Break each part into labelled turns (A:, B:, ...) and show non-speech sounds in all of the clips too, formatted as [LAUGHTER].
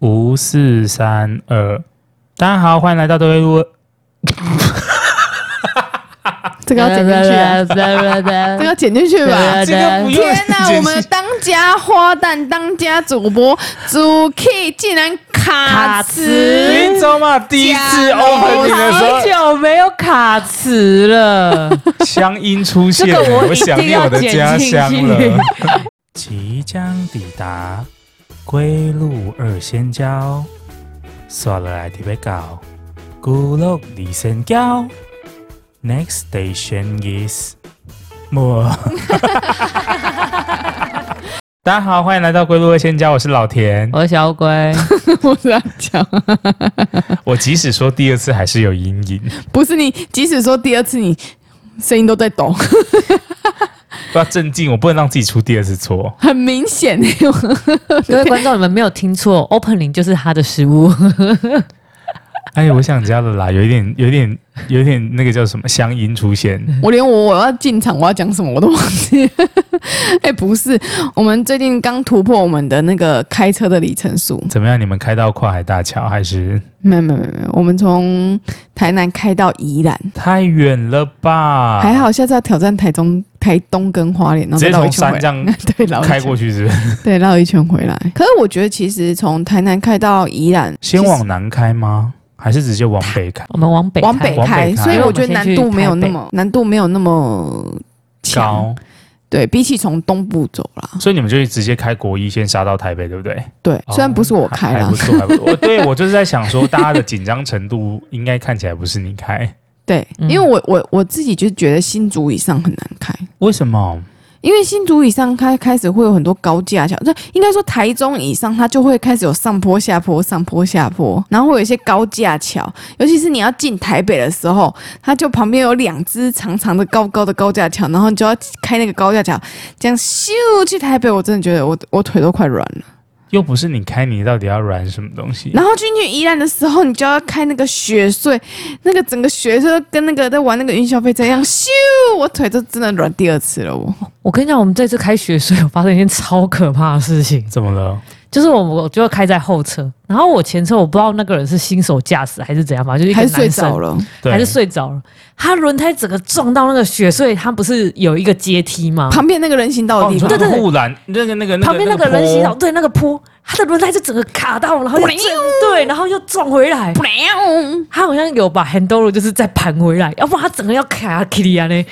A: 五四三二，大家好，欢迎来到德威路。
B: 这个要剪进去、啊，这个要剪进去吧。
A: 这个不用
B: 天哪、我们当家花旦、当家主播主 key 竟然卡
C: 卡
B: 词
C: 词，
A: 林州嘛，第一次 open 的时
C: 好
A: 候，
C: 久没有卡词了，
A: [LAUGHS] 乡音出现
C: 这
A: 了，
C: 个我
A: 我
C: 一
A: 想
C: 定
A: 念
C: 要
A: 我的家
C: 剪进
A: 乡
C: 去
A: 了。。即将抵达归路二仙交，刷了来特别高，孤路二仙交。Next station is 莫。 [LAUGHS] 大家好，欢迎来到归路二仙交，我是老田。
C: [LAUGHS] 我是小鬼，
B: 我乱讲，
A: 我即使说第二次还是有阴影，
B: 不是你，即使说第二次你声音都在抖，
A: 我要镇静，我不能让自己出第二次错。
B: 很明显、
C: [LAUGHS]
B: [LAUGHS]
C: 各位观众，你们没有听错，opening 就是他的食物， [LAUGHS]
A: 哎，我想家了啦，有一点，有一点，有一点那个叫什么乡音出现。
B: 我连我我要进场我要讲什么我都忘记。 [LAUGHS] 哎、不是，我们最近刚突破我们的那个开车的里程数。
A: 怎么样？你们开到跨海大桥还是
B: 没有没有没有没有，我们从台南开到宜兰，
A: 太远了吧？
B: 嗯还，好下次要挑战台中、台东跟花莲，然后
A: 直
B: 再
A: 接
B: 绕一
A: 从
B: 圈
A: 山这
B: 回来。
A: 样
B: [LAUGHS] 对，绕一
A: 开
B: 圈
A: 过去是不是？
B: 对，绕一圈回来。可是我觉得，其实从台南开到宜兰，
A: 先
B: 其实
A: 往南开吗？还是直接往北开？
C: 我们往北
B: 往北
A: 往
B: 开，
A: 北开
B: 所
A: 因
B: 以
A: 为
B: 我
A: 我
B: 觉
C: 们
B: 得
C: 先
B: 难
C: 去
B: 度没有
C: 台
B: 那
C: 北
B: 么难度没有那么强。
A: 高，
B: 对比起从东部走啦，
A: 所以你们就直接开国一，先杀到台北，对不对？
B: 对，虽然不是我开
A: 哦还还
B: 啦
A: 不，错，还不错。我哦对我就是在想说，大家的紧张程度应该看起来不是你开，
B: 对，因
C: 嗯
B: 为我我我自己就觉得新竹以上很难开。
A: 为什么？
B: 因为新竹以上开开始会有很多高架桥，这应该说台中以上它就会开始有上坡下坡、上坡下坡，然后会有一些高架桥，尤其是你要进台北的时候，它就旁边有两只长长的高高的高架桥，然后你就要开那个高架桥，这样咻去台北，我真的觉得我我腿都快软了。
A: 又不是你开，你到底要软什么东西？
B: 然后进去宜兰的时候，你就要开那个雪隧，那个整个雪隧跟那个在玩那个云霄飞车一样，咻，我腿都真的软第二次了我。
C: 我跟你讲，我们这次开学所以我发生一件超可怕的事情，
A: 怎么了？
C: 就是我我就开在后车，然后我前车我不知道那个人是新手驾驶还是怎样，反正就是一个
B: 还
C: 男
B: 是
C: 生
B: 睡着了，
A: 对，
C: 还是睡着了，他轮胎整个撞到那个雪隧，他不是有一个阶梯吗？
B: 旁边那个人行道的
A: 哦，
B: 地
A: 你
B: 方
A: 说，
C: 对对对
A: 护栏那个那个
C: 旁边那个人行道，
A: 坡
C: 对那个坡，他的轮胎就整个卡到，然后又
B: 不灵
C: 正对，然后又撞回来。他好像有把 handle 就是再盘回来，要不然他整个要卡起来啊呢。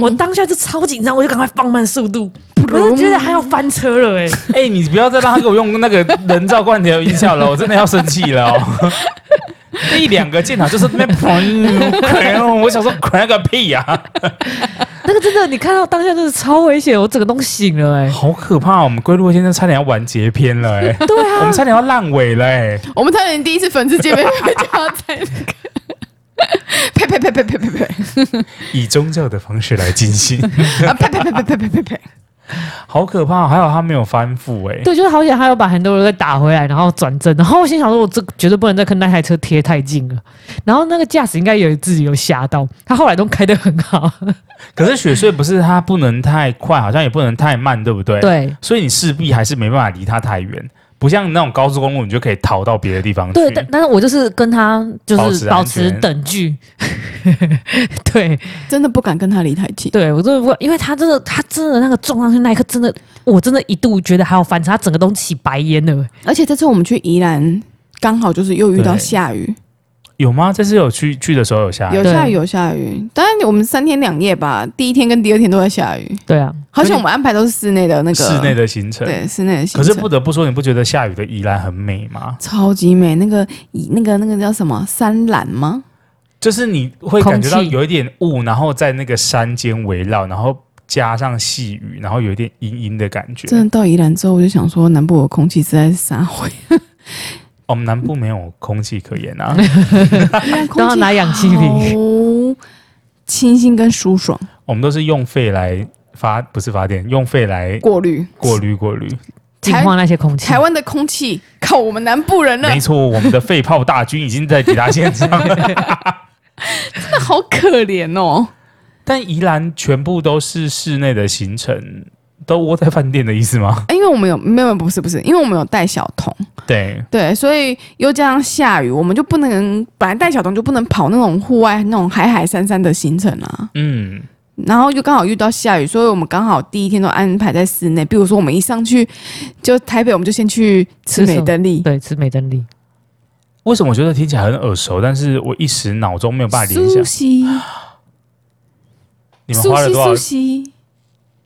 C: 我当下就超紧张，我就赶快放慢速度，我就觉得他要翻车了哎、
A: 哎、你不要再让他给我用那个人造罐头音效了，我真的要生气了、哦。那一两个建塔就是那边砰砰，我想说砰个屁啊呀、
C: [LAUGHS] 那个真的，你看到当下真的超危险，我整个都醒了哎、
A: 好可怕、我们龟鹿先生差点要完结篇了、哎，
C: 对
A: 我们
C: 啊，
A: 差点要烂尾了、哎，
B: 我们差点第一次粉丝见面会就要在那个，呸呸呸呸呸呸呸，
A: 以宗教的方式来进行，
B: 啊呸呸呸呸呸呸呸呸，
A: 好可怕、还好他没有翻覆、哎，
C: 对，就是好险，他有把 handle 再打回来，然后转正。然后我心想说，我这绝对不能再跟那台车贴太近了。然后那个驾驶应该有自己有吓到，他后来都开得很好。
A: 可是雪穗不是它不能太快，好像也不能太慢，对不对？。
C: 对，
A: 所以你势必还是没办法离它太远，不像那种高速公路，你就可以逃到别的地方去。
C: 对，但但是我就是跟他
A: 保
C: 就
A: 持
C: 是
A: 安
C: 保持
A: 全
C: 等距， [LAUGHS] 对
B: 真的不敢跟他离太近。
C: 对，我真的不，因为他真的他真的那个撞上去那一刻，真的我真的一度觉得还有翻车，他整个都起白烟了。
B: 而且这次我们去宜兰，刚好就是又遇到下雨，
A: 有吗？这次有去去的时候有下来
B: 有
C: 对
B: 下雨有下雨。当然我们三天两夜吧，第一天跟第二天都在下雨，
C: 对啊，
B: 好像我们安排都是室内的那个
A: 室内的行程。
B: 对室内的行
A: 可
B: 程。
A: 是不得不说，你不觉得下雨的宜兰很美吗？
B: 超级美，那个那个那个叫什么山岚吗？
A: 就是你会感觉到
C: 空气
A: 有一点雾，然后在那个山间围绕，然后加上细雨，然后有一点阴阴的感觉。
B: 真的到宜兰之后，我就想说南部的空气实在是啥回，
A: 我们南部没有空气可言啊，
B: 嗯宜兰空
C: 都要
B: 气
C: 拿氧气瓶。
B: 好清新跟舒爽，
A: [LAUGHS] 我们都是用肺来发，不是发电，用肺来
B: 过滤。
A: 过滤过
B: [LAUGHS]
A: 滤。
C: 净化那些空气
B: 台。湾的空气靠我们南部人了
A: 没，错，我们的肺泡大军已经在抵达现场
B: [LAUGHS]
A: 了。
B: 真的好可怜哦。
A: 但宜兰全部都是室内的行程，都窝在饭店的意思吗？
B: 哎因为我们有没有不是不是，因为我们有带小童，
A: 对，
B: 对，所以又加上下雨，我们就不能本来带小童就不能跑那种户外那种海海山山的行程啊。
A: 嗯，
B: 然后又刚好遇到下雨，所以我们刚好第一天都安排在室内。比如说我们一上去就台北，我们就先去吃
C: 吃什
B: 美
C: 么
B: 登利，
C: 对，吃美登利，
A: 为什么我觉得听起来很耳熟，但是我一时脑中没有办法联
B: 苏
A: 想。
B: 西，
A: 你们
B: 苏
A: 花了
B: 西，
A: 多少
B: 苏？西，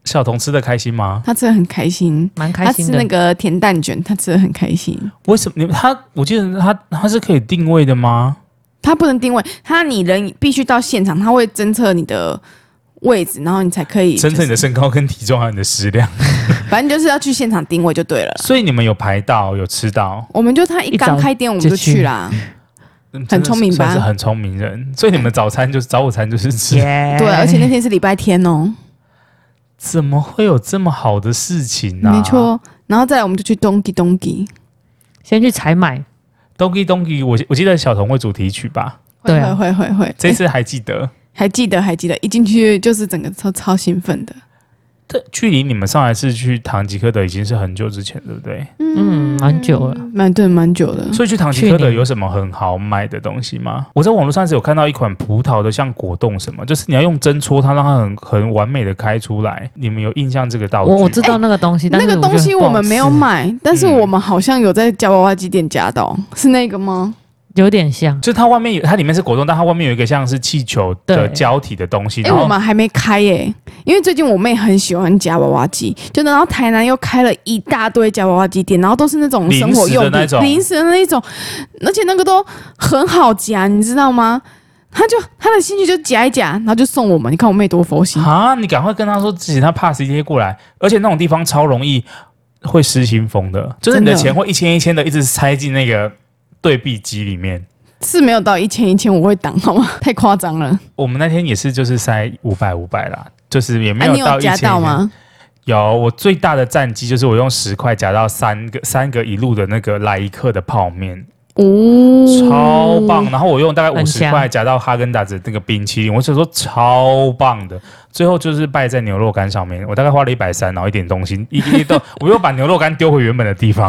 A: 小童吃的开心吗？
B: 他吃的很开心。
C: 蛮开
B: 他
C: 心
B: 吃
C: 的。
B: 那个甜蛋卷，他吃的很开心。
A: 为什么你们他？我记得他他是可以定位的吗？
B: 他不能定位，他你人必须到现场，他会侦测你的位置，然后你才可以、
A: 侦测你的
B: 就是
A: 身高跟体重还有你的食
B: [LAUGHS]
A: 量，
B: 反正就是要去现场定位就对了啦。
A: 所以你们有排到有吃到，
B: 我们就他一
C: 一早
B: 刚开店我们就
C: 就去
B: 去啦，
A: 嗯真的
B: 聪明吧
A: 算是很聪明人。所以你们早餐
B: [LAUGHS]
A: 就是早午餐就是吃，
C: 耶
B: 对，而且那天是礼拜天哦，
A: 怎么会有这么好的事情啊呢、
B: 没。错。然后再来我们就去东吉东吉，
C: 先去采买，
A: Donkey Donkey，我我记得小童会主题曲吧，
B: 会
C: 对啊
B: 会会会会，
A: 这
B: 哎
A: 次还记得。
B: 还记得还记得，一进去就是整个超超兴奋的，
A: 这距离你们上一次去唐吉诃德已经是很久之前，对不对？
C: 嗯，蛮久了。
B: 蛮对蛮久的。
A: 所以去唐吉诃
C: 去
A: 德
C: 年
A: 有什么很好买的东西吗？我在网络上是有看到一款葡萄的，像果冻什么，就是你要用针戳它，让它很很完美的开出来。你们有印象这个道具？
C: 我我知道那个东西，但
B: 那
C: 是
B: 个
C: 我觉得
B: 东西
C: 不好
B: 我们没有
C: 吃，
B: 买，但是我们好像有在夹娃娃机店夹到，是那个吗？
C: 有点像。
A: 就是它外面有，它里面是果冻，但它外面有一个像是气球的
C: 对
A: 胶体的东西。
B: 哎、
A: 然后
B: 我们还没开耶、因为最近我妹很喜欢夹娃娃机，就等到台南又开了一大堆夹娃娃机店，然后都是那种生活用
A: 临时的那
B: 品、
A: 种
B: 临时的那一种，而且那个都很好夹，你知道吗？她就她的兴趣就夹一夹，然后就送我们。你看我妹多佛心，
A: 啊，你赶快跟他说，请他 pass 贴过来，而且那种地方超容易会失心疯的，就是你的
B: 真的
A: 钱会一千一千的一直塞进那个对币机里面。
B: 是没有到一千一千我会挡好吗？太夸张了。
A: 我们那天也是，就是塞五百五百啦，就是也没
B: 哎、
A: 有
B: 你
A: 到
B: 有
A: 一
B: 夹
A: 千、
B: 到？吗？
A: 有，我最大的战绩就是我用十块夹到三个三个一路的那个来一克的泡面，
B: 哦，
A: 超棒。然后我用大概
C: 很
A: 五十
C: 强
A: 块夹到哈根达斯那个冰淇淋，我想说超棒的。最后就是败在牛肉干上面，我大概花了一百三，然后一点东西，一一到我又把牛肉干丢回原本的地方，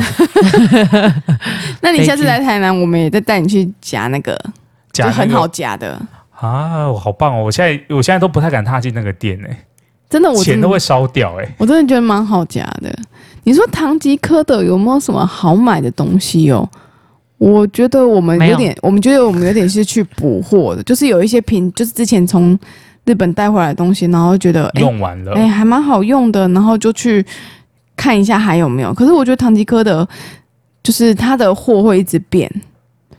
B: 那你下次来台南，我们也再带你去夹那个，
A: 夹
B: 就
A: 那个
B: 很好夹的。
A: 啊，我好棒哦！我现在我现在都不太敢踏进那个店哎、
B: 真的，我
A: 钱
B: 真的
A: 都会烧掉哎、
B: 我真的觉得蛮好夹的。你说唐吉诃德有没有什么好买的东西哦？我觉得我们
C: 没有
B: 有点，我们觉得我们有点是去补货的，就是有一些品，就是之前从日本带回来的东西，然后觉得哎
A: 用完了。
B: 哎、还蛮好用的，然后就去看一下还有没有。可是我觉得唐吉诃德就是它的货会一直变，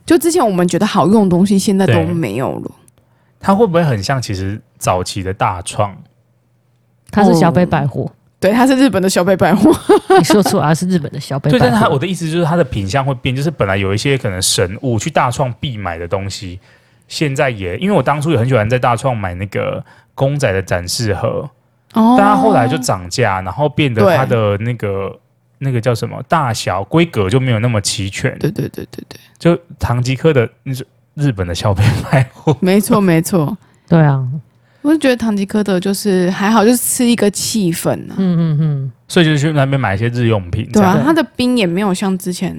B: 就之前我们觉得好用的东西，现在都
A: 对
B: 没有了。
A: 它会不会很像其实早期的大创？
C: 它是小
A: 哦
C: 北百货，
B: 对，它是日本的小北百货，
C: 你说错啊，是日本的小北
A: 对，但是
C: 百
A: 它我
C: 货。
A: 的意思就是它的品相会变，就是本来有一些可能神物去大创必买的东西，现在也因为我当初也很喜欢在大创买那个公仔的展示盒，
B: 哦
A: 但它后来就涨价，然后变得它的那个那个叫什么大小规格就没有那么齐全，
B: 对对对对对，
A: 就唐吉诃德你说日本的 [LAUGHS] 小品牌货。
B: 没错没错。
C: 对啊，
B: 我就觉得唐吉诃德就是还好，就是吃一个气氛啊。
C: 嗯嗯嗯，
A: 所以就去那边买一些日用品，
B: 对
A: 这
B: 啊
A: 样，
B: 它的冰也没有像之前，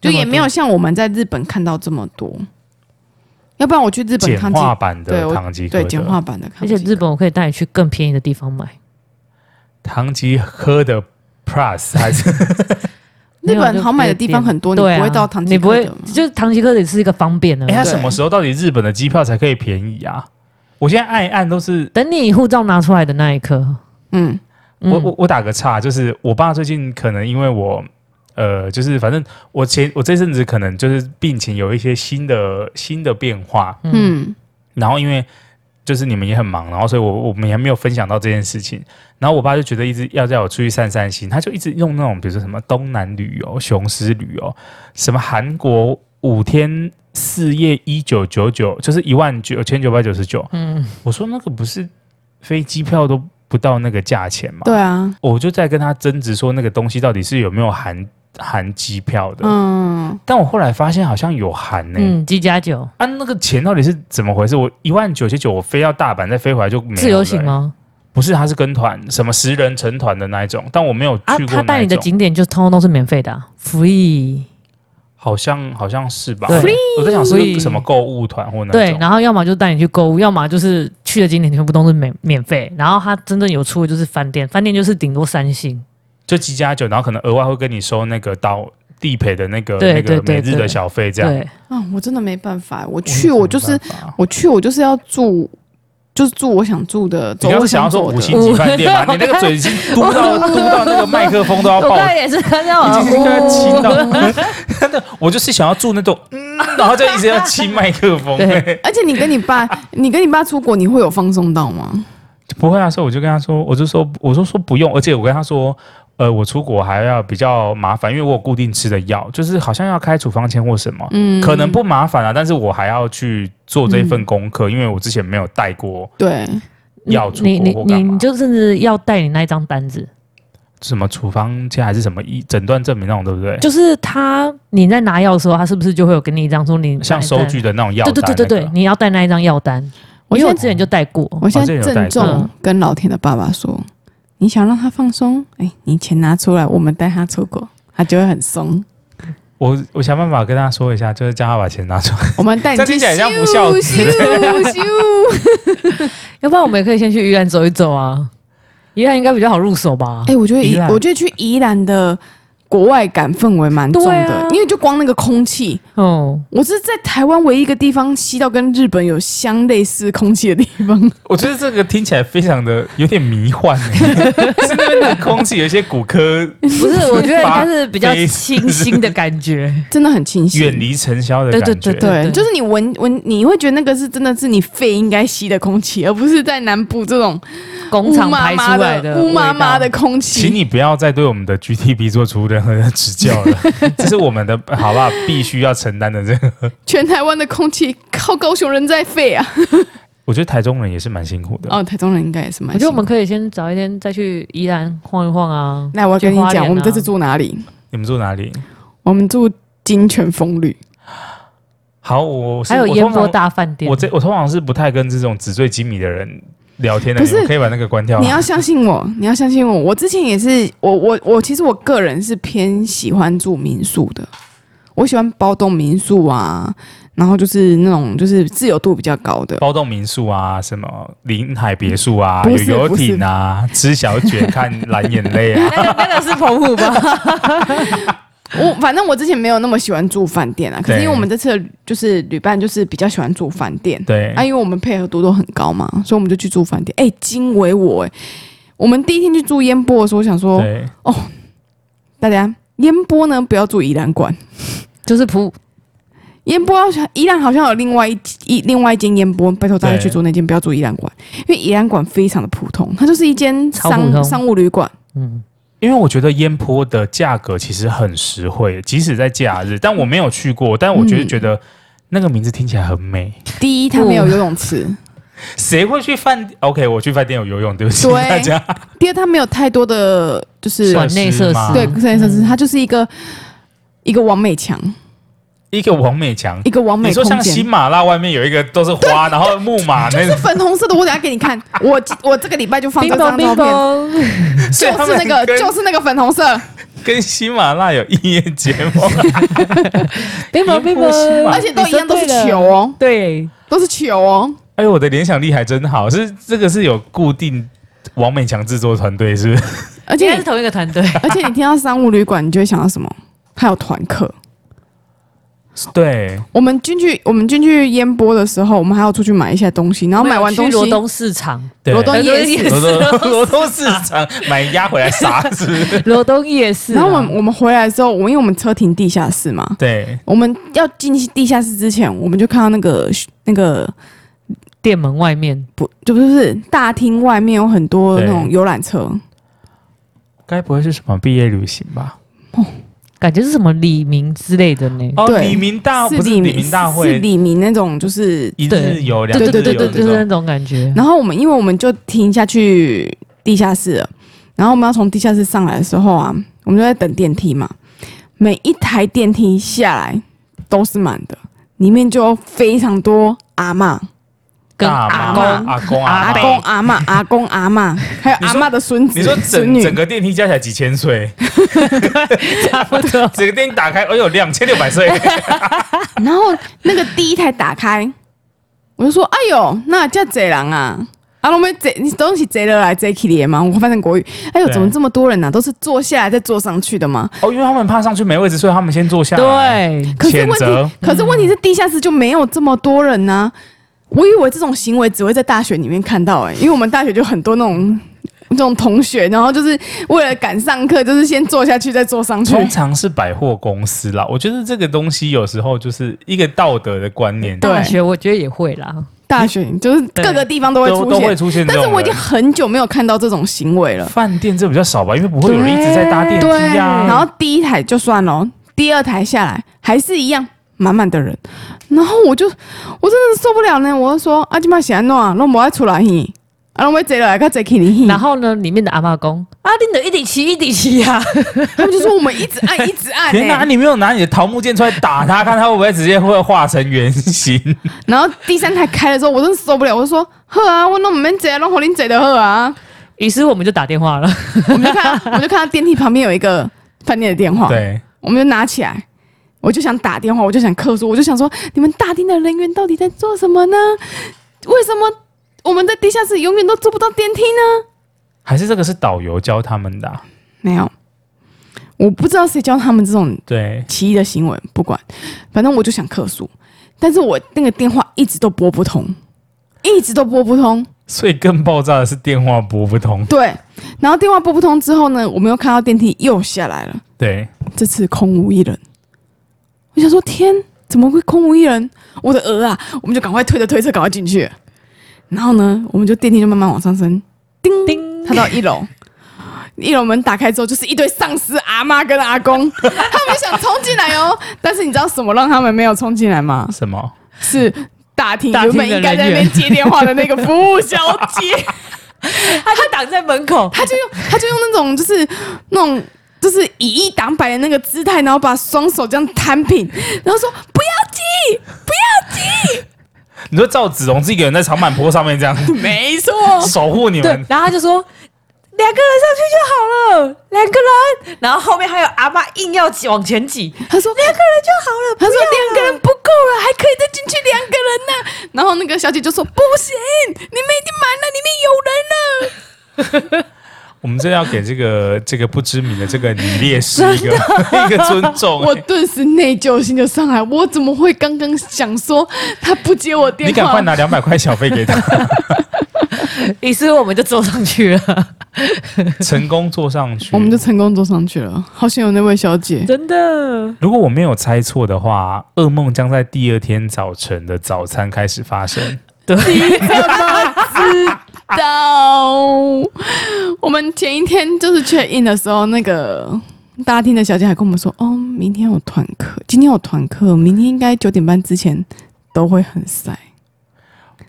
B: 就
C: 那么
B: 也没有像我们在日本看到这么多。要不然我去日本
A: 简
B: 看
A: 化版的
B: 对我
A: 唐吉诃德，
B: 对简化版的看
C: 而
B: 吉
C: 且
B: 诃德，
C: 日本我可以带你去更便宜的地方买。
A: 唐吉诃德 Plus 还是
B: 日本好买的地方很多，你
C: 对啊
B: 不会到唐吉
C: 你不
B: 诃
C: 会
B: 德吗？
C: 就是唐吉诃德是一个方便的
A: 哎、。它
B: 对
A: 什么时候到底日本的机票才可以便宜啊？我现在按一按都是，
C: 等你护照拿出来的那一刻，
B: 嗯，
C: 嗯
A: 我我我打个岔，就是我爸最近可能因为我，呃，就是反正我前我这阵子可能就是病情有一些新的新的变化，
B: 嗯，
A: 然后因为就是你们也很忙，然后所以我我们也没有分享到这件事情，然后我爸就觉得一直要叫我出去散散心，他就一直用那种比如说什么东南旅游、雄狮旅游，什么韩国五天四夜一九九九，就是一万九千九百九十九，
C: 嗯，
A: 我说那个不是飞机票都不到那个价钱吗？
B: 对啊，
A: 我就在跟他争执说那个东西到底是有没有含含机票的。
B: 嗯，
A: 但我后来发现好像有含呢、
C: 嗯，鸡加酒
A: 啊，那个钱到底是怎么回事？我一万九千九，我飞到大阪再飞回来就没有了、
C: 自由行吗？
A: 不是，他是跟团，什么十人成团的那一种，但我没有
C: 啊
A: 去，过
C: 他带
A: 那一
C: 你的
A: 种。
C: 景点就通通都是免费的、啊、，free。
A: 好像好像是吧？
C: 对
A: 我在想是不是
C: Free
A: 什么购物团或那
C: 对，
A: 种。
C: 然后要么就带你去购物，要么就是去的景点全部都是免免费。然后他真正有出的就是饭店，饭店就是顶多三星。
A: 就几加酒，然后可能额外会跟你收那个到地陪的那个
C: 对
A: 那
C: 对
A: 个
C: 对
A: 每日的
C: 对
A: 小费这样。
C: 对，
B: 啊，我真的没办法，我去我就是
A: 没办法
B: 我去我就是要住，就是住我想住的，走
A: 你刚
B: 我
A: 刚想要
B: 想
A: 说
B: 走
A: 五
B: 的。
A: 星级饭店吗？
C: 我
A: 你那个嘴已经嘟到
B: [LAUGHS]
A: 嘟到那个麦克风都要
C: 我
A: 爆
C: 刚才也是看到
A: 已
C: 啊，
A: 经是跟他亲到，
C: 哦
A: [LAUGHS] 真的，我就是想要住那种，嗯，然后就一直要亲麦克风。
C: 对
A: 欸
B: 而且你跟你爸，你跟你爸出国，你会有放松到吗？
A: [LAUGHS] 不会啊，所以我就跟他说，我就说，我就说不用，而且我跟他说。呃，我出国还要比较麻烦，因为我有固定吃的药，就是好像要开处方签或什么，
B: 嗯，
A: 可能不麻烦啊，但是我还要去做这份功课，因为我之前没有带过
B: 对，
A: 药出
C: 你你
A: 国或
C: 你
A: 干嘛
C: 你，就甚至要带你那一张单子，
A: 什么处方签还是什么医诊断证明那种，对不对？
C: 就是他你在拿药的时候，他是不是就会有给你一张说你
A: 像收据？的那种药
C: 对
A: 单、那
C: 对对
A: 个，
C: 对对，你要带那一张药单。
B: 我
C: 因
B: 现
C: 为我
B: 在
C: 之前就带过，
B: 哦我现
A: 哦这
B: 在
A: 有
B: 郑
A: 带
B: 重
C: 动
B: 跟老田的爸爸说，你想让他放松，哎，你钱拿出来，我们带他出国，他就会
A: [LAUGHS]
B: 很松。
A: 我我想办法跟他说一下，就是叫他把钱拿出来。
B: 我们带你
A: 这
B: 去
A: 听起来像不
B: 咻
A: 孝子
B: 咻
A: [LAUGHS]
B: 咻！
C: 要不然我们也可以先去宜兰走一走啊，宜兰应该比较好入手吧？
B: 哎，我觉得宜
A: 宜，兰
B: 我觉得去宜兰的国外感氛围蛮重
C: 对
B: 的
C: 啊，
B: 因为就光那个空气，
C: 哦，
B: 我是在台湾唯一一个地方吸到跟日本有相类似空气的地方。 [LAUGHS]
A: 我觉得这个听起来非常的有点迷幻、欸，是那边的空气有一些骨科
C: 不
A: [LAUGHS]
C: 是，我觉得应该是比较
A: 非
C: 清新的感觉。
B: [LAUGHS] 真的很清晰。
A: 远离尘嚣的感觉。
C: 对对对对
B: 对，就是你闻闻，你会觉得那个是真的是你肺应该吸的空气，而不是在南部这种
C: 工
B: 雾
C: 厂
B: 麻
C: 排
B: 麻
C: 出来
B: 的
C: 的
B: 雾麻麻的
C: 味道，
B: 空
A: 请
B: 气。
A: 你不要再对我们的 GTP 做出任何的指教
C: [LAUGHS]
A: 了，这是我们的好不好？必须要承担的这个。
B: 全台湾的空气靠高雄人在肺啊！
A: 我觉得台中人也是蛮辛苦的。
B: 哦，台中人应该也是蛮
C: 嗯
B: 辛苦。
C: 我觉得我们可以先早一天再去宜兰晃一晃啊。
B: 来，我要跟你
C: 去花莲
B: 讲，
C: 啊
B: 我们这次住哪里？
A: 你们住哪里？
B: 我们住金泉风旅，
A: 好，我是
C: 还有
A: 我
C: 烟
A: 通常
C: 波大饭店，
A: 我这我通常是不太跟这种纸醉金迷的人聊天的，
B: 不是
A: 你们可以把那个关
C: 嗯
A: 掉吗。啊
B: 你要相信我，你要相信我。我之前也是，我我我，其实我个人是偏喜欢住民宿的，我喜欢包栋民宿啊，然后就是那种就是自由度比较高的。
A: 包栋民宿啊，什么临海别墅啊，
B: 不
A: 有
B: 是
A: 游
B: 不是
A: 艇啊，吃小卷看蓝眼泪
B: [LAUGHS]
A: 啊，
C: [LAUGHS] 那个那个是澎湖吧？
B: 我反正我之前没有那么喜欢住饭店啊，可是
A: 对
B: 因为我们这次的就是旅伴就是比较喜欢住饭店，
A: 对，
B: 啊，因为我们配合度都很高嘛，所以我们就去住饭店。哎、惊为我哎、我们第一天去住烟波的时候，我想说
A: 对，
B: 大家烟波呢不要住宜兰馆，
C: [LAUGHS] 就是普
B: 烟波好像宜兰好像有另外一一另外一间烟波，拜托大家
A: 对
B: 去住那间，不要住宜兰馆，因为宜兰馆非常的普通，它就是一间
C: 超普
B: 商
C: 通
B: 商务旅馆。
C: 嗯，
A: 因为我觉得烟坡的价格其实很实惠，即使在假日，但我没有去过，但我觉得
B: 嗯
A: 觉得那个名字听起来很美，
B: 第一，它没有游泳池；
A: 谁会去饭？OK，我去饭店有游泳，对不起
B: 对
A: 大家，
B: 第二，它没有太多的就是
A: 设
C: 馆内
A: 施
C: 设
A: 吗
C: 施
B: 对设计设
A: 嗯
B: 施，它就是一个一个完美墙，
A: 一个王美强
B: 一。个完美
A: 你说
B: 空
A: 像喜
B: 间。
A: 马拉外面有一个都是花，然后木马那
B: 是粉红色的，我等下给你
C: [LAUGHS]
B: 看。我我这个礼拜就放这张照片，
C: 乓，
A: 所以他
B: 就
A: 们
B: 是那个，
A: 跟
B: 就是那个粉红
C: 啊
B: 色。
A: 跟喜马拉有一夜结
B: [LAUGHS]
A: 盟。
C: 乒 [LAUGHS] 乓
A: 一
C: 乒
A: 波新
C: 乓，
A: 嘛
B: 而且都一样，都是
C: 你说对
B: 球
C: 了。
B: 哦，
C: 对，
B: 都是球哦。
A: 哎呦，我的联想力还真好，是这个是有固定王美强制作团队，是不是？
B: 而
C: 应
B: 且
C: 该是同一个团队。
B: [LAUGHS] 而且你听到商务旅馆，你就会想到什么？还有团客。
A: 对，
B: 我们进去，我们进去烟波的时候，我们还要出去买一下东西，然后买完东
C: 去罗
B: 西，
C: 东市场，
A: 对
B: 罗东夜
C: 也
B: 市
C: 是，
A: 罗东罗东市场买鸭回来杀，是不是？
C: 罗东夜市啊。
B: 然后我们我们回来之后，我因为我们车停地下室嘛，
A: [LAUGHS] 对，
B: 我们要进地下室之前，我们就看到那个那个
C: 店门外面，
B: 不就不是大厅外面有很多
A: 对
B: 那种游览车，
A: 该不会是什么毕业旅行吧？
C: 感觉是什么李明之类的呢？
A: 哦，
B: 对
A: 李明大
B: 是
A: 不是李明大
B: 是
A: 会，
B: 李明那种就是
A: 一日
C: 对
A: 游两
C: 对
A: 日
C: 对对
A: 游
C: 对，
A: 这
C: 就是那
A: 种。
C: 种感 [LAUGHS] 觉。
B: 然后我们因为我们就停下去地下室了，然后我们要从地下室上来的时候啊，我们就在等电梯嘛。每一台电梯下来都是满的，里面就有非常多阿嬷
C: 跟
A: 大
C: 阿
A: 妈
C: 公
A: 阿公啊阿
B: 阿
A: 伯
B: 公阿嬷、阿公阿嬷，还有
A: 你
B: 阿
A: 说
B: 嬷的孙子、
A: 你说
B: 孙
A: 整
B: 女
A: 整个电梯加起来几千岁，
C: 差不多。
A: 整个电梯打开，哎呦，两千六百岁，
B: 然后那个第一台打开，我就说：“哎呦，那叫贼狼啊！”啊，我们贼，你东西贼了来贼去的吗？我翻成国语。哎呦，
A: 对
B: 怎么这么多人呢、啊？都是坐下来再坐上去的吗？
A: 哦，因为他们怕上去没位置，所以他们先坐下来。
C: 对，
B: 可是
A: 谴
B: 问
A: 责
B: 题，可是问题是地下室就没有这么多人呢、我以为这种行为只会在大学里面看到、哎，因为我们大学就很多那种这种同学，然后就是为了赶上课，就是先坐下去再坐上去。
A: 通常是百货公司啦，我觉得这个东西有时候就是一个道德的观念，
B: 对
C: 大学我觉得也会啦。
B: 大学就是各个地方都会
A: 都
B: 出
A: 都会
B: 现，
A: 出现这种
B: 但
A: 人。
B: 是我已经很久没有看到这种行为了。
A: 饭店这比较少吧，因为不会有人一直在搭电
B: 对，
A: 梯啊。
B: 然后第一台就算了，第二台下来还是一样满满的人，然后我就我真的受不了呢，我就说阿金妈喜安诺啊，弄不爱出来去，啊，弄我坐落来个坐去你
C: 然后呢，里面的阿嬷公嗯啊，你的一底七一底啊七呀，
B: 他们就说我们一直按一直 [LAUGHS] 按、
A: 天哪，
B: 欸，
A: 你没有拿你的桃木剑出来打他，看他会不会直接会化成原
B: [LAUGHS]
A: 形？
B: 然后第三台开了之后，我真的受不了，我就说呵啊，我弄我们坐，弄好恁坐的呵啊，
C: [LAUGHS] 于是我们就打电话了。
B: 我们就看到我就看到电梯旁边有一个饭店的电话，
A: 对，
B: 我们就拿起来，我就想打电话，我就想客诉，我就想说，你们大厅的人员到底在做什么呢？为什么我们在地下室永远都坐不到电梯呢？
A: 还是这个是导游教他们的啊、
B: 没有，我不知道谁教他们这种
A: 对，
B: 奇异的行为，不管，反正我就想客诉，但是我那个电话一直都拨不通，一直都拨不通。
A: 所以更爆炸的是电话拨不通。
B: 对，然后电话拨不通之后呢，我们又看到电梯又下来了。
A: 对，
B: 这次空无一人。我想说，天，怎么会空无一人？我的鹅啊！我们就赶快推着推车赶快进去。然后呢，我们就电梯就慢慢往上升，叮
C: 叮
B: 他到一楼。 [LAUGHS] 一楼门打开之后，就是一堆丧尸阿妈跟阿公，他们想冲进来哦，但是你知道什么让他们没有冲进来吗？
A: 什么？
B: 是大厅
C: 大厅
B: 原本应
C: 的
B: 该在那
C: 人
B: 边
C: 员
B: 接电话的那个服务小姐。
C: 他就挡在门口，
B: 他就用 [LAUGHS] 他就用那种就是那种就是以一挡百的那个姿态，然后把双手这样摊平，然后说不要急， [LAUGHS] 不 [LAUGHS]
A: 你说赵子龙自己一个人在长坂坡上面这样
B: 要急， [LAUGHS] 没错，
A: 守护你
C: 对
A: 们，，
C: 然后他就说。两个人上去就好了，两个人。然后后面还有阿嬷硬要挤往前挤，
B: 他说两个人就好了，他说两个人不够了，还可以再进去两个人呢、然后那个小姐就说不行，你们已经满了，里面有人了。
A: [LAUGHS] 我们真的要给这个这个不知名的这个女烈士一个
B: [LAUGHS]
A: 一个尊重、
B: 我顿时内疚心就上来，我怎么会刚刚想说他不接我电话？
A: 你赶快拿两百块小费给他，
B: [LAUGHS]
C: 于是我们就坐上去了。
A: 成功坐上去。
B: 我们就成功坐上去了，好险有那位小姐。
C: [LAUGHS] 真的，
A: 如果我没有猜错的话，噩梦将在第二天早晨的早餐开始发生。
B: 到我们前一天就是 check in 的时候，那个大厅的小姐还跟我们说，哦，明天有团课，今天有团课，明天应该九点半之前都会很晒。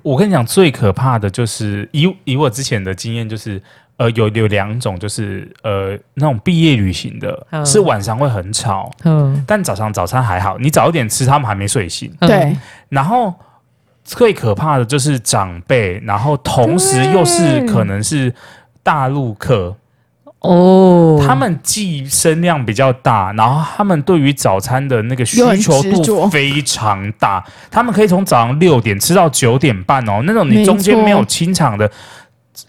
A: 我跟你讲，最可怕的就是以以我之前的经验，就是呃，有有两种，就是呃那种毕业旅行的，
C: 嗯
A: 是晚上会很吵，
C: 嗯，
A: 但早上早餐还好，你早一点吃，他们还没睡醒。
B: 对，
A: 然后最可怕的就是长辈，然后同时又是
C: 对
A: 可能是大陆客，
C: 哦，
A: 他们既声量比较大，然后他们对于早餐的那个需
B: 又很
A: 求
B: 执着
A: 度非常大，他们可以从早上六点吃到九点半哦，那种
B: 没
A: 你中间
B: 错
A: 没有清场的。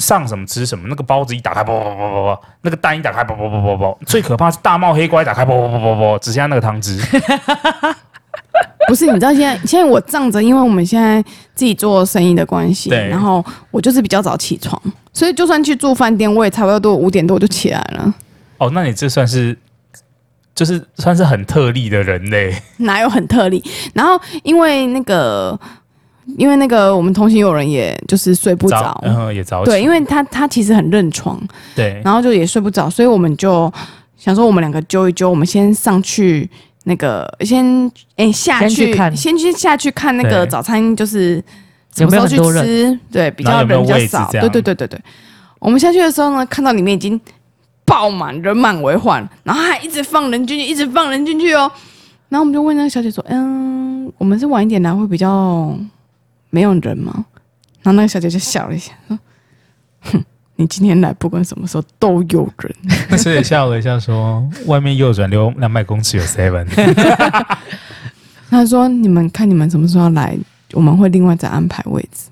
A: 上什么吃什么，那个包子一打开，啵啵啵啵啵，那个蛋一打开，啵啵啵啵啵，最可怕是大帽黑瓜一打开，啵啵啵啵啵，只剩下那个汤汁。
B: 不是，你知道现在现在我仗着，因为我们现在自己做生意的关系，
A: 对
B: 然后我就是比较早起床，所以就算去住饭店，我也差不多都五点多我就起来了。
A: 哦，那你这算是就是算是很特例的人类。
B: 哪有很特例？然后因为那个，因为那个我们同行有人也就是睡不着
A: 早，，然后也早起，
B: 对，因为他他其实很认床，
A: 对
B: 然后就也睡不着，所以我们就想说我们两个揪一揪，我们先上去那个先哎、下
C: 先
B: 去
C: 去看
B: 先去下去看那个
A: 对
B: 早餐，就是什
C: 有
B: 么
C: 没
B: 时
C: 有
B: 候去
C: 很多人？
B: 吃，对，比
A: 然
B: 较
A: 后有没有
B: 人比较
A: 位置
B: 少，
A: 这
B: 对
A: 样
B: 对对对对。我们下去的时候呢，看到里面已经爆满，人满为患，然后还一直放人进去，一直放人进去哦。然后我们就问那个小姐说：“嗯，我们是晚一点来会比较没有人吗？”然后那个小姐就笑了一下，说：“哼，你今天来不管什么时候都有人。
A: 那所以笑了一下说，外面右转六两百公尺有 seven，”
B: 她说：“你们看你们什么时候来，我们会另外再安排位置。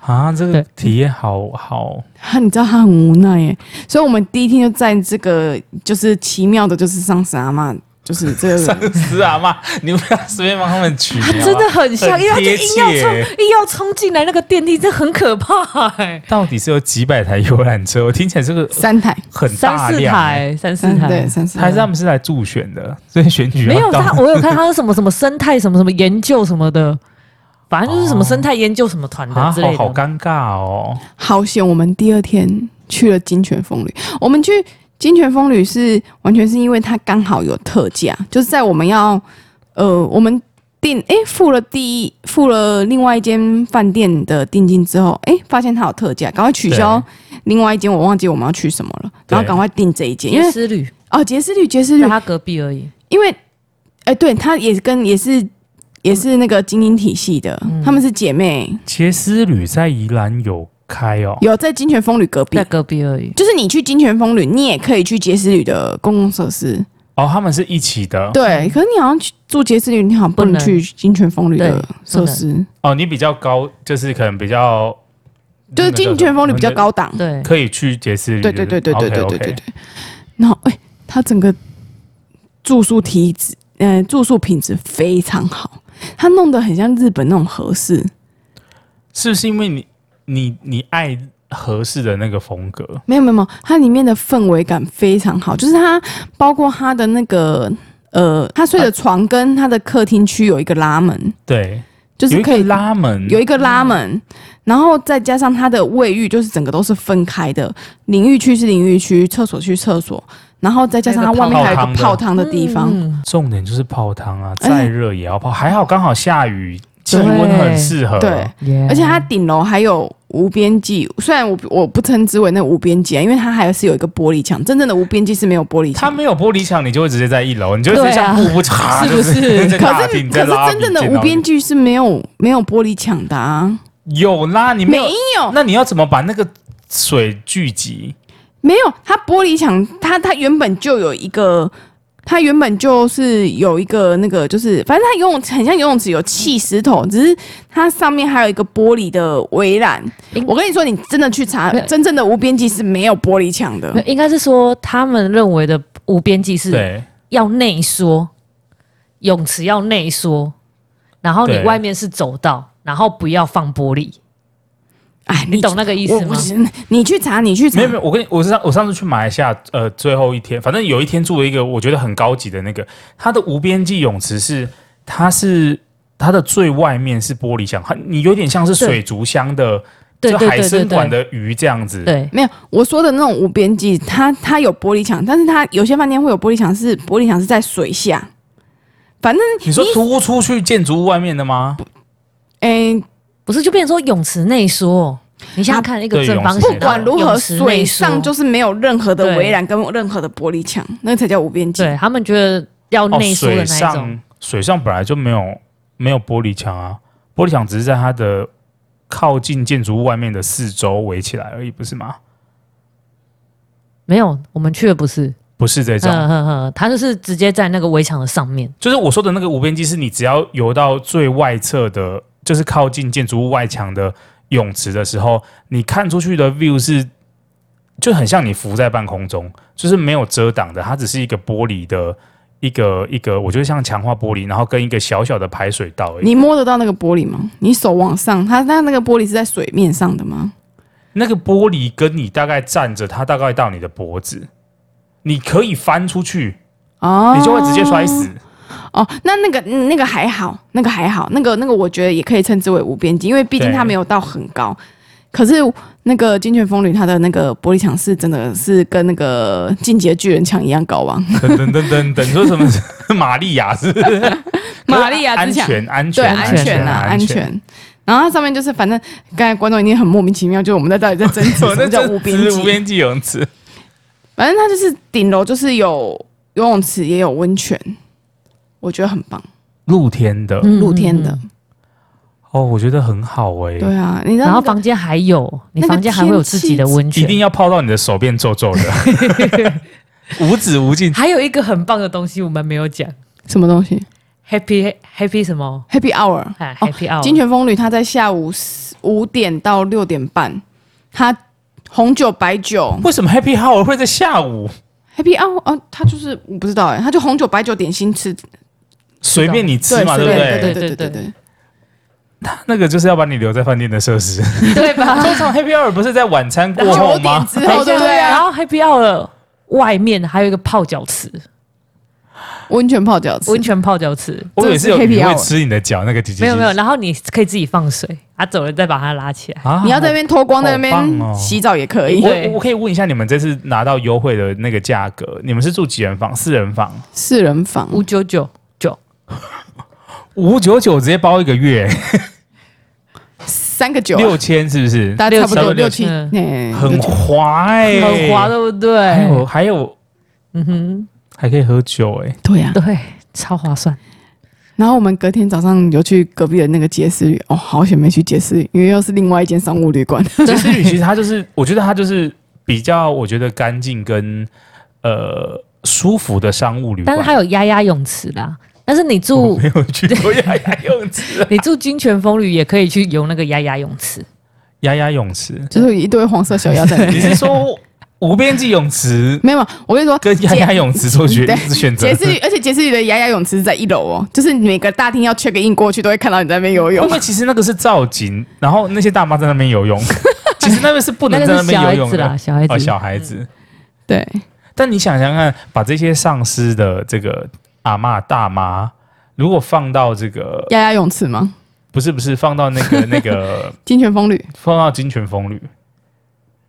A: 啊，这个
C: 对
A: 体验好好，”
B: 她 [LAUGHS] 你知道她很无奈耶，所以我们第一天就在这个就是奇妙的，就是上神阿妈，就是这个
A: 是啊妈，你不要随便帮他们
B: 啊
A: 取，
C: 他啊真的很像，因为他就
A: 贴
C: 硬要冲
A: 切，
C: 硬要冲进来那个电梯，这很可怕哎、
A: 到底是有几百台游览车？我听起来这个
B: 三台，
A: 很
C: 三
A: 大
C: 四
A: 量、欸，
C: 台，三四
B: 三对
C: 台。
B: 三四台
A: 还是他们是来助选的， [LAUGHS] 所以选举要
C: 没有
A: 到 [LAUGHS] 啊
C: 他，我有看他是什么什么生态什么什么研究什么的，反正就是什么生态研究什么团
A: 啊，
C: 的之类
A: 好好
C: 的。
A: 尴尬哦。
B: 好险！我们第二天去了金泉风旅，我们去金泉风旅是完全是因为它刚好有特价，就是在我们要呃，我们订诶付了第一付了另外一间饭店的定金之后，诶发现它有特价，赶快取消另外一间，我忘记我们要去什么了，然后
A: 对
B: 赶快订这一间，因
C: 因
B: 为
C: 为思旅
B: 哦杰斯旅杰斯旅
C: 在，他隔壁而已，
B: 因为诶对，它也跟也是也是那个精英体系的，
C: 嗯
B: 他们是姐妹，
A: 杰斯旅在宜兰有开哦，
B: 有在金泉风旅隔壁
C: 在。隔壁而已。
B: 就是你去金泉风旅，你也可以去杰斯旅的公共设施。
A: 哦，他们是一起的。
B: 对，可是你好像去住杰斯旅，你好像不能
C: 哦不能
B: 去金泉风旅的
C: 对
B: 设施，
A: 哦，你比较高，就是可能比较，
B: 就
A: 那
B: 是
A: 个叫
B: 金泉风旅比较
A: 什么，
B: 高档。
C: 对，
A: 可以去杰斯旅。
B: 对对对对对对对
A: OK，OK
B: 对对。然后，哎，它整个住宿体质，呃，住宿品质非常好，它弄得很像日本那种合适。
A: 是不是因为你你你爱合适的那个风格？
B: 没有没有没有，它里面的氛围感非常好，就是它包括它的那个呃，它睡的床跟它的客厅区有一个拉门，
A: 对，
B: 就
A: 有
B: 是
A: 一
B: 可
A: 个
B: 以
A: 拉门，
B: 有一个拉门，然后再加上它的卫浴，就是整个都是分开的，淋浴区是淋浴区，厕所区厕所，然后再加上它外面还有一个泡汤的地方，
C: 嗯
A: 重点就是泡汤啊，
B: 哎
A: 再热也要泡。还好刚好下雨，气温很适合。
B: 对，。
C: Yeah
B: 而且它顶楼还有无边际，虽然我我不称之为那无边际啊，因为它还是有一个玻璃墙，真正的无边际是没有玻璃
A: 它
B: 墙。
A: 没有玻璃墙，你就会直接在一楼，你就会直接像
C: 对
A: 瀑
C: 啊
A: 布茶，
C: 是不是
A: 就在大
B: 可是
A: 厅
B: 可
A: 在拉
B: 是真正的
A: 比见
B: 无
A: 到
B: 边际是没有没有玻璃墙的啊，
A: 你有啦，你没
B: 没
A: 有？
B: 有
A: 那你要怎么把那个水聚集？
B: 没有，它玻璃墙，它它原本就有一个，它原本就是有一个那个，就是反正它游泳很像游泳池有砌石头，只是它上面还有一个玻璃的围栏
C: 应。
B: 我跟你说，你真的去查，
C: 没有
B: 真正的无边际是没有玻璃墙的
C: 没。有应该是说他们认为的无边际是
A: 对，
C: 要内缩，泳池要内缩，然后你
A: 对
C: 外面是走道，然后不要放玻璃，
B: 哎，
C: 你懂那个
B: 意
C: 意思吗？
B: 你去查，你去查
A: [LAUGHS] 没有，没有，我跟你，我上我上次去马来西亚，呃，最后一天，反正有一天住了一个我觉得很高级的那个，它的无边际泳池是，它是它的最外面是玻璃箱，它你有点像是水族箱的，
C: 对
A: 就
C: 对
A: 海
C: 对对
A: 参馆
C: 对，
A: 的鱼这样子。
C: 对，
B: 没有，我说的那种无边际，它它有玻璃墙，但是它有些饭店会有玻璃墙，是玻璃墙是在水下。反正
A: 你说突出去建筑物外面的吗？
B: 诶、
C: 不是就变成说泳池内缩，你想想看一
A: 对
C: 个正方
A: 泳池
C: 形
B: 不
C: 的，
B: 管如何，
C: 泳池内
B: 水
C: 缩
B: 上就是没有任何的围栏跟任何的玻璃墙，那才叫无边际。
C: 对他们觉得要
A: 哦，
C: 内缩的
A: 水
C: 那一种，
A: 上水上本来就没有没有玻璃墙啊，玻璃墙只是在它的靠近建筑物外面的四周围起来而已，不是吗？
C: 没有，我们去的不是，
A: 不是这种，
C: 嗯嗯嗯，他就是直接在那个围墙的上面，
A: 就是我说的那个无边际，是你只要游到最外侧的，就是靠近建筑物外墙的泳池的时候，你看出去的 view 是就很像你浮在半空中，就是没有遮挡的，它只是一个玻璃的一个一个，我觉得像强化玻璃，然后跟一个小小的排水道而已。
B: 你摸得到那个玻璃吗？你手往上，它它那个玻璃是在水面上的吗？
A: 那个玻璃跟你大概站着，它大概到你的脖子，你可以翻出去，
B: 哦，
A: 你就会直接摔死。
B: 哦。那那个嗯那个还好，那个还好，那个那个我觉得也可以称之为无边际，因为毕竟
A: 对
B: 它没有到很高。可是那个《金泉风旅》它的那个玻璃墙是真的是跟那个《进阶巨人墙》一样高啊，
A: 等等等等等，说什么 [LAUGHS] 玛利亚是不是？
B: 玛利亚
A: 安
B: 之墙。
A: 全安全
B: 对，安
C: 全
B: 全啊，安。全。然后它上面就是，反正刚才观众一定很莫名其妙，就是我们在到底在争执什么叫无边
A: 无
B: 际？
A: 边际泳池，
B: 反正它就是顶楼就是有游泳池，也有温泉，我觉得很棒，
A: 露天的
C: 嗯
B: 露天的。。
A: 哦，我觉得很好哎、
B: 对啊，你知道、
C: 然
B: 那
C: 后
B: 个
C: 房间还有，你
B: 那个
C: 房间还会有自己的温
A: 一定
C: 泉。
A: 要泡到你的手变皱皱的，
B: [LAUGHS]
A: 无止无尽。
C: [LAUGHS] 还有一个很棒的东西我们没有讲
B: 什么东西
C: ，Happy Happy 什么？
B: ？Happy Hour，
C: 哎
B: 哦
C: ，Happy Hour。
B: 金泉风旅它在下午五点到六点半，它红酒、白酒
A: 为什么 Happy Hour 会在下午？
B: ，Happy Hour 啊，它就是我不知道哎、它就红酒、白酒点心吃，
A: 随便你吃
B: 对
A: 嘛，
B: 随
A: 对不
B: 便
A: 对？
B: 对对对
C: 对
B: 对
C: 对
B: 对
A: 那个就是要把你留在饭店的设
B: [LAUGHS]
A: 施。
C: 对吧？
A: 通常 Happy Hour 不是在晚餐过
B: 对，
A: 后
B: 九
A: 吗
B: 点？啊之后对不对
C: 然？后啊 Happy Hour 外面还有一个泡脚池，
B: 温泉泡饺子
C: 温，泉泡脚池。
A: [LAUGHS] 我以为是有
B: 这是 Happy
A: 你会
B: Hour
A: 吃你的脚那个姐姐。
C: 没有没有，然后你可以自己放水，啊，走了再把它拉起来。
A: 啊
B: 你要在那边脱光，
A: 好
B: 在那
A: 棒哦
B: 边洗澡也可以，
C: 对
A: 我我可以问一下，你们这次拿到优惠的那个价格，你们是住几人房？四人房，
B: 四人房。
C: 五九九九，
A: 五九九直接包一个月，
B: 三个九、
A: 六
B: 啊，
A: 千是不是？
B: 大家差不多
A: 六
B: 六
A: 七
B: 七，
C: 嗯
B: 哎
A: 很滑哎、
C: 很划，对不
A: 还
C: 对？
A: 有还有
C: 嗯哼，
A: 还可以喝酒
C: [LAUGHS]
A: 哎、
B: 对呀、啊。
C: 对，超划算。
B: 然后我们隔天早上有去隔壁的那个杰斯旅，哦，好险没去杰斯旅，因为又是另外一间商务旅
A: [LAUGHS]
B: 馆。
A: 其实旅其实它就是，我觉得它就是比较，我觉得干净跟呃舒服的商务旅
C: 但
A: 馆。
C: 是它有压压泳池啦，但是你 [LAUGHS] 住
A: 没有去过丫丫泳
C: [LAUGHS]
A: 池，啊
C: 你住金泉风旅也可以去游那个压压泳池，
A: 丫丫泳池，
B: 就是一堆黄色小鸭在里面。
A: 你 [LAUGHS] 是
C: [LAUGHS]
A: 说无边际泳池
B: 没有，我跟你说，
A: 跟丫丫泳池做
C: [LAUGHS]
A: 选
B: 对
A: 选择
B: 杰？斯旅，而且杰斯旅的雅雅泳池是在一楼哦，就是每个大厅要 check in 过去都会看到你在那边游
A: 因 [LAUGHS]
B: 泳。
A: 为其实那个是造景，然后那些大妈在那边游
C: [LAUGHS]
A: 泳，其实那边是不
C: 那
A: 能在
C: 个
A: 那
C: 是小
A: 边游
C: 孩
A: 泳
C: 子啦，
A: 的。
C: 小孩
A: 哦，
C: 子。
A: 小孩子。
B: 对，
A: 但你想想看，把这些丧尸的这个阿嬷大妈，如果放到这个
B: 雅雅泳池吗？
A: 不是不是放到那
C: [LAUGHS]
A: 个那个
B: 金泉风旅
A: 放到金泉风旅，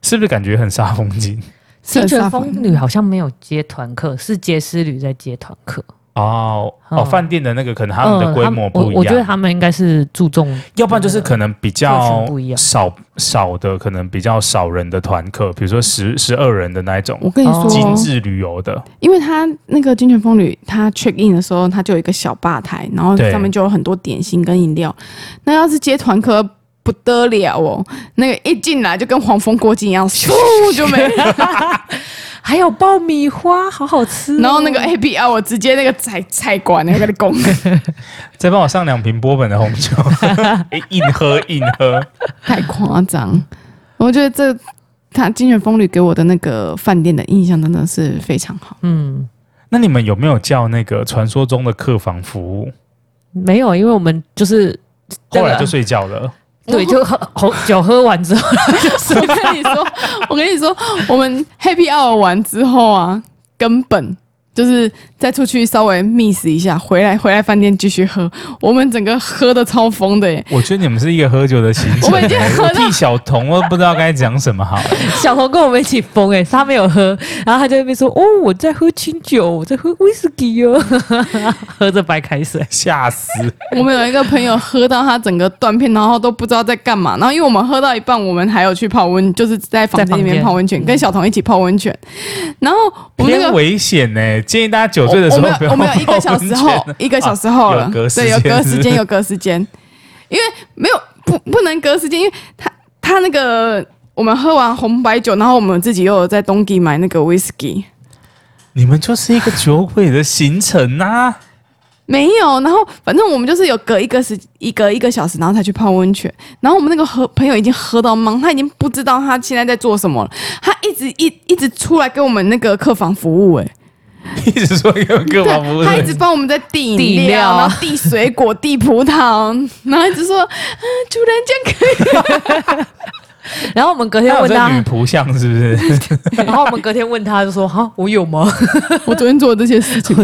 A: 是不是感觉很煞风景
C: 金泉风
B: 很
C: 旅好像没有接团课，是杰斯旅在接团课。
A: 哦哦，
C: 嗯
A: 饭店的那个可能他们的
C: 嗯
A: 规
C: 他
A: 模不一
C: 我我觉得
A: 样，
C: 他们应该是注重，
A: 要不然就是可能比
C: 客
A: 较
C: 群不一样
A: 少少的，可能比较少人的团客，比如说十十二人的那一种
B: 我跟你说，
C: 哦
A: 精致旅游的，
B: 因为它那个金泉风旅，它 check in 的时候，它就有一个小吧台，然后
A: 对
B: 上面就有很多点心跟饮料。那要是接团客不得了哦，那个一进来就跟黄蜂过境一样，咻就没了。 [LAUGHS]
C: 还有爆米花，好好吃哦、
B: 然后那个哎 A B L，我直接那个菜菜馆那个的工，
A: 再帮我上两瓶波本的红
C: [LAUGHS]
A: 酒，哎硬喝硬喝。
B: [LAUGHS] 太夸张。我觉得这他金泉风旅给我的那个饭店的印象真的是非常好。
C: 嗯，
A: 那你们有没有叫那个传说中的客房服务？
C: 没有，因为我们就是
B: 啊
A: 后来就睡觉了。
B: 哦
C: 对，就喝 [LAUGHS] 红酒喝完之
B: [LAUGHS]
C: 后，
B: 我跟你说，我跟你说，我们 Happy Hour 完之后啊，根本就是再出去稍微 miss 一下，回来回来饭店继续喝。我们整个喝的超疯的耶！
A: 我觉得你们是一个喝酒的行程、
B: 我已经
A: 欸
B: 喝到
A: 我替小童，我不知道该讲什么好、
B: [LAUGHS]
C: 小红跟我们一起疯哎、欸，他没有喝，然后他就在那边说哦，我在喝清酒，我在喝威士忌哦， [LAUGHS] 喝着白开水，
A: 吓死！
B: 我们有一个朋友喝到他整个断片，然后都不知道在干嘛。然后因为我们喝到一半，我们还有去泡温，就是在房间里
C: 在房
B: 面
C: 间嗯
B: 泡温泉，跟小童一起泡温泉。然后我们
A: 偏
B: 那个。
A: 危险呢、建议大家酒醉的
B: 我
A: 时
B: 我
A: 候
B: 们
A: 不
B: 有
A: 要啊
B: 我们有一个小时后，一个小时后了，
A: 有隔时
B: 对，有
A: 间是
B: 隔时
A: 不是
B: 间，有隔时间，因为没有不不能隔时间，因为他他那个我们喝完红白酒，然后我们自己又有在东吉买那个 whisky，
A: 你们就是一个酒鬼的行程啊！ [LAUGHS]
B: 没有，然后反正我们就是有隔一个时一隔一个小时，然后才去泡温泉，然后我们那个喝朋友已经喝到懵，他已经不知道他现在在做什么了，他一直一一直出来给我们那个客房服务、哎。
A: 一直说有客房服务
B: 对，他一直帮我们在递
C: 递
B: 饮
C: 饮料
B: 料，
C: 啊
B: 然后递水果、递葡萄，然后一直说啊，主人这样可以。
C: 然后我们隔
A: 他
C: 天
A: 有
C: 问
A: 这女
C: 他，
A: 仆像是不是？
B: [LAUGHS]
C: 然后我们隔天问他就说哈，我
A: [LAUGHS]
C: 有吗？
B: 我昨天做的这些事情吗，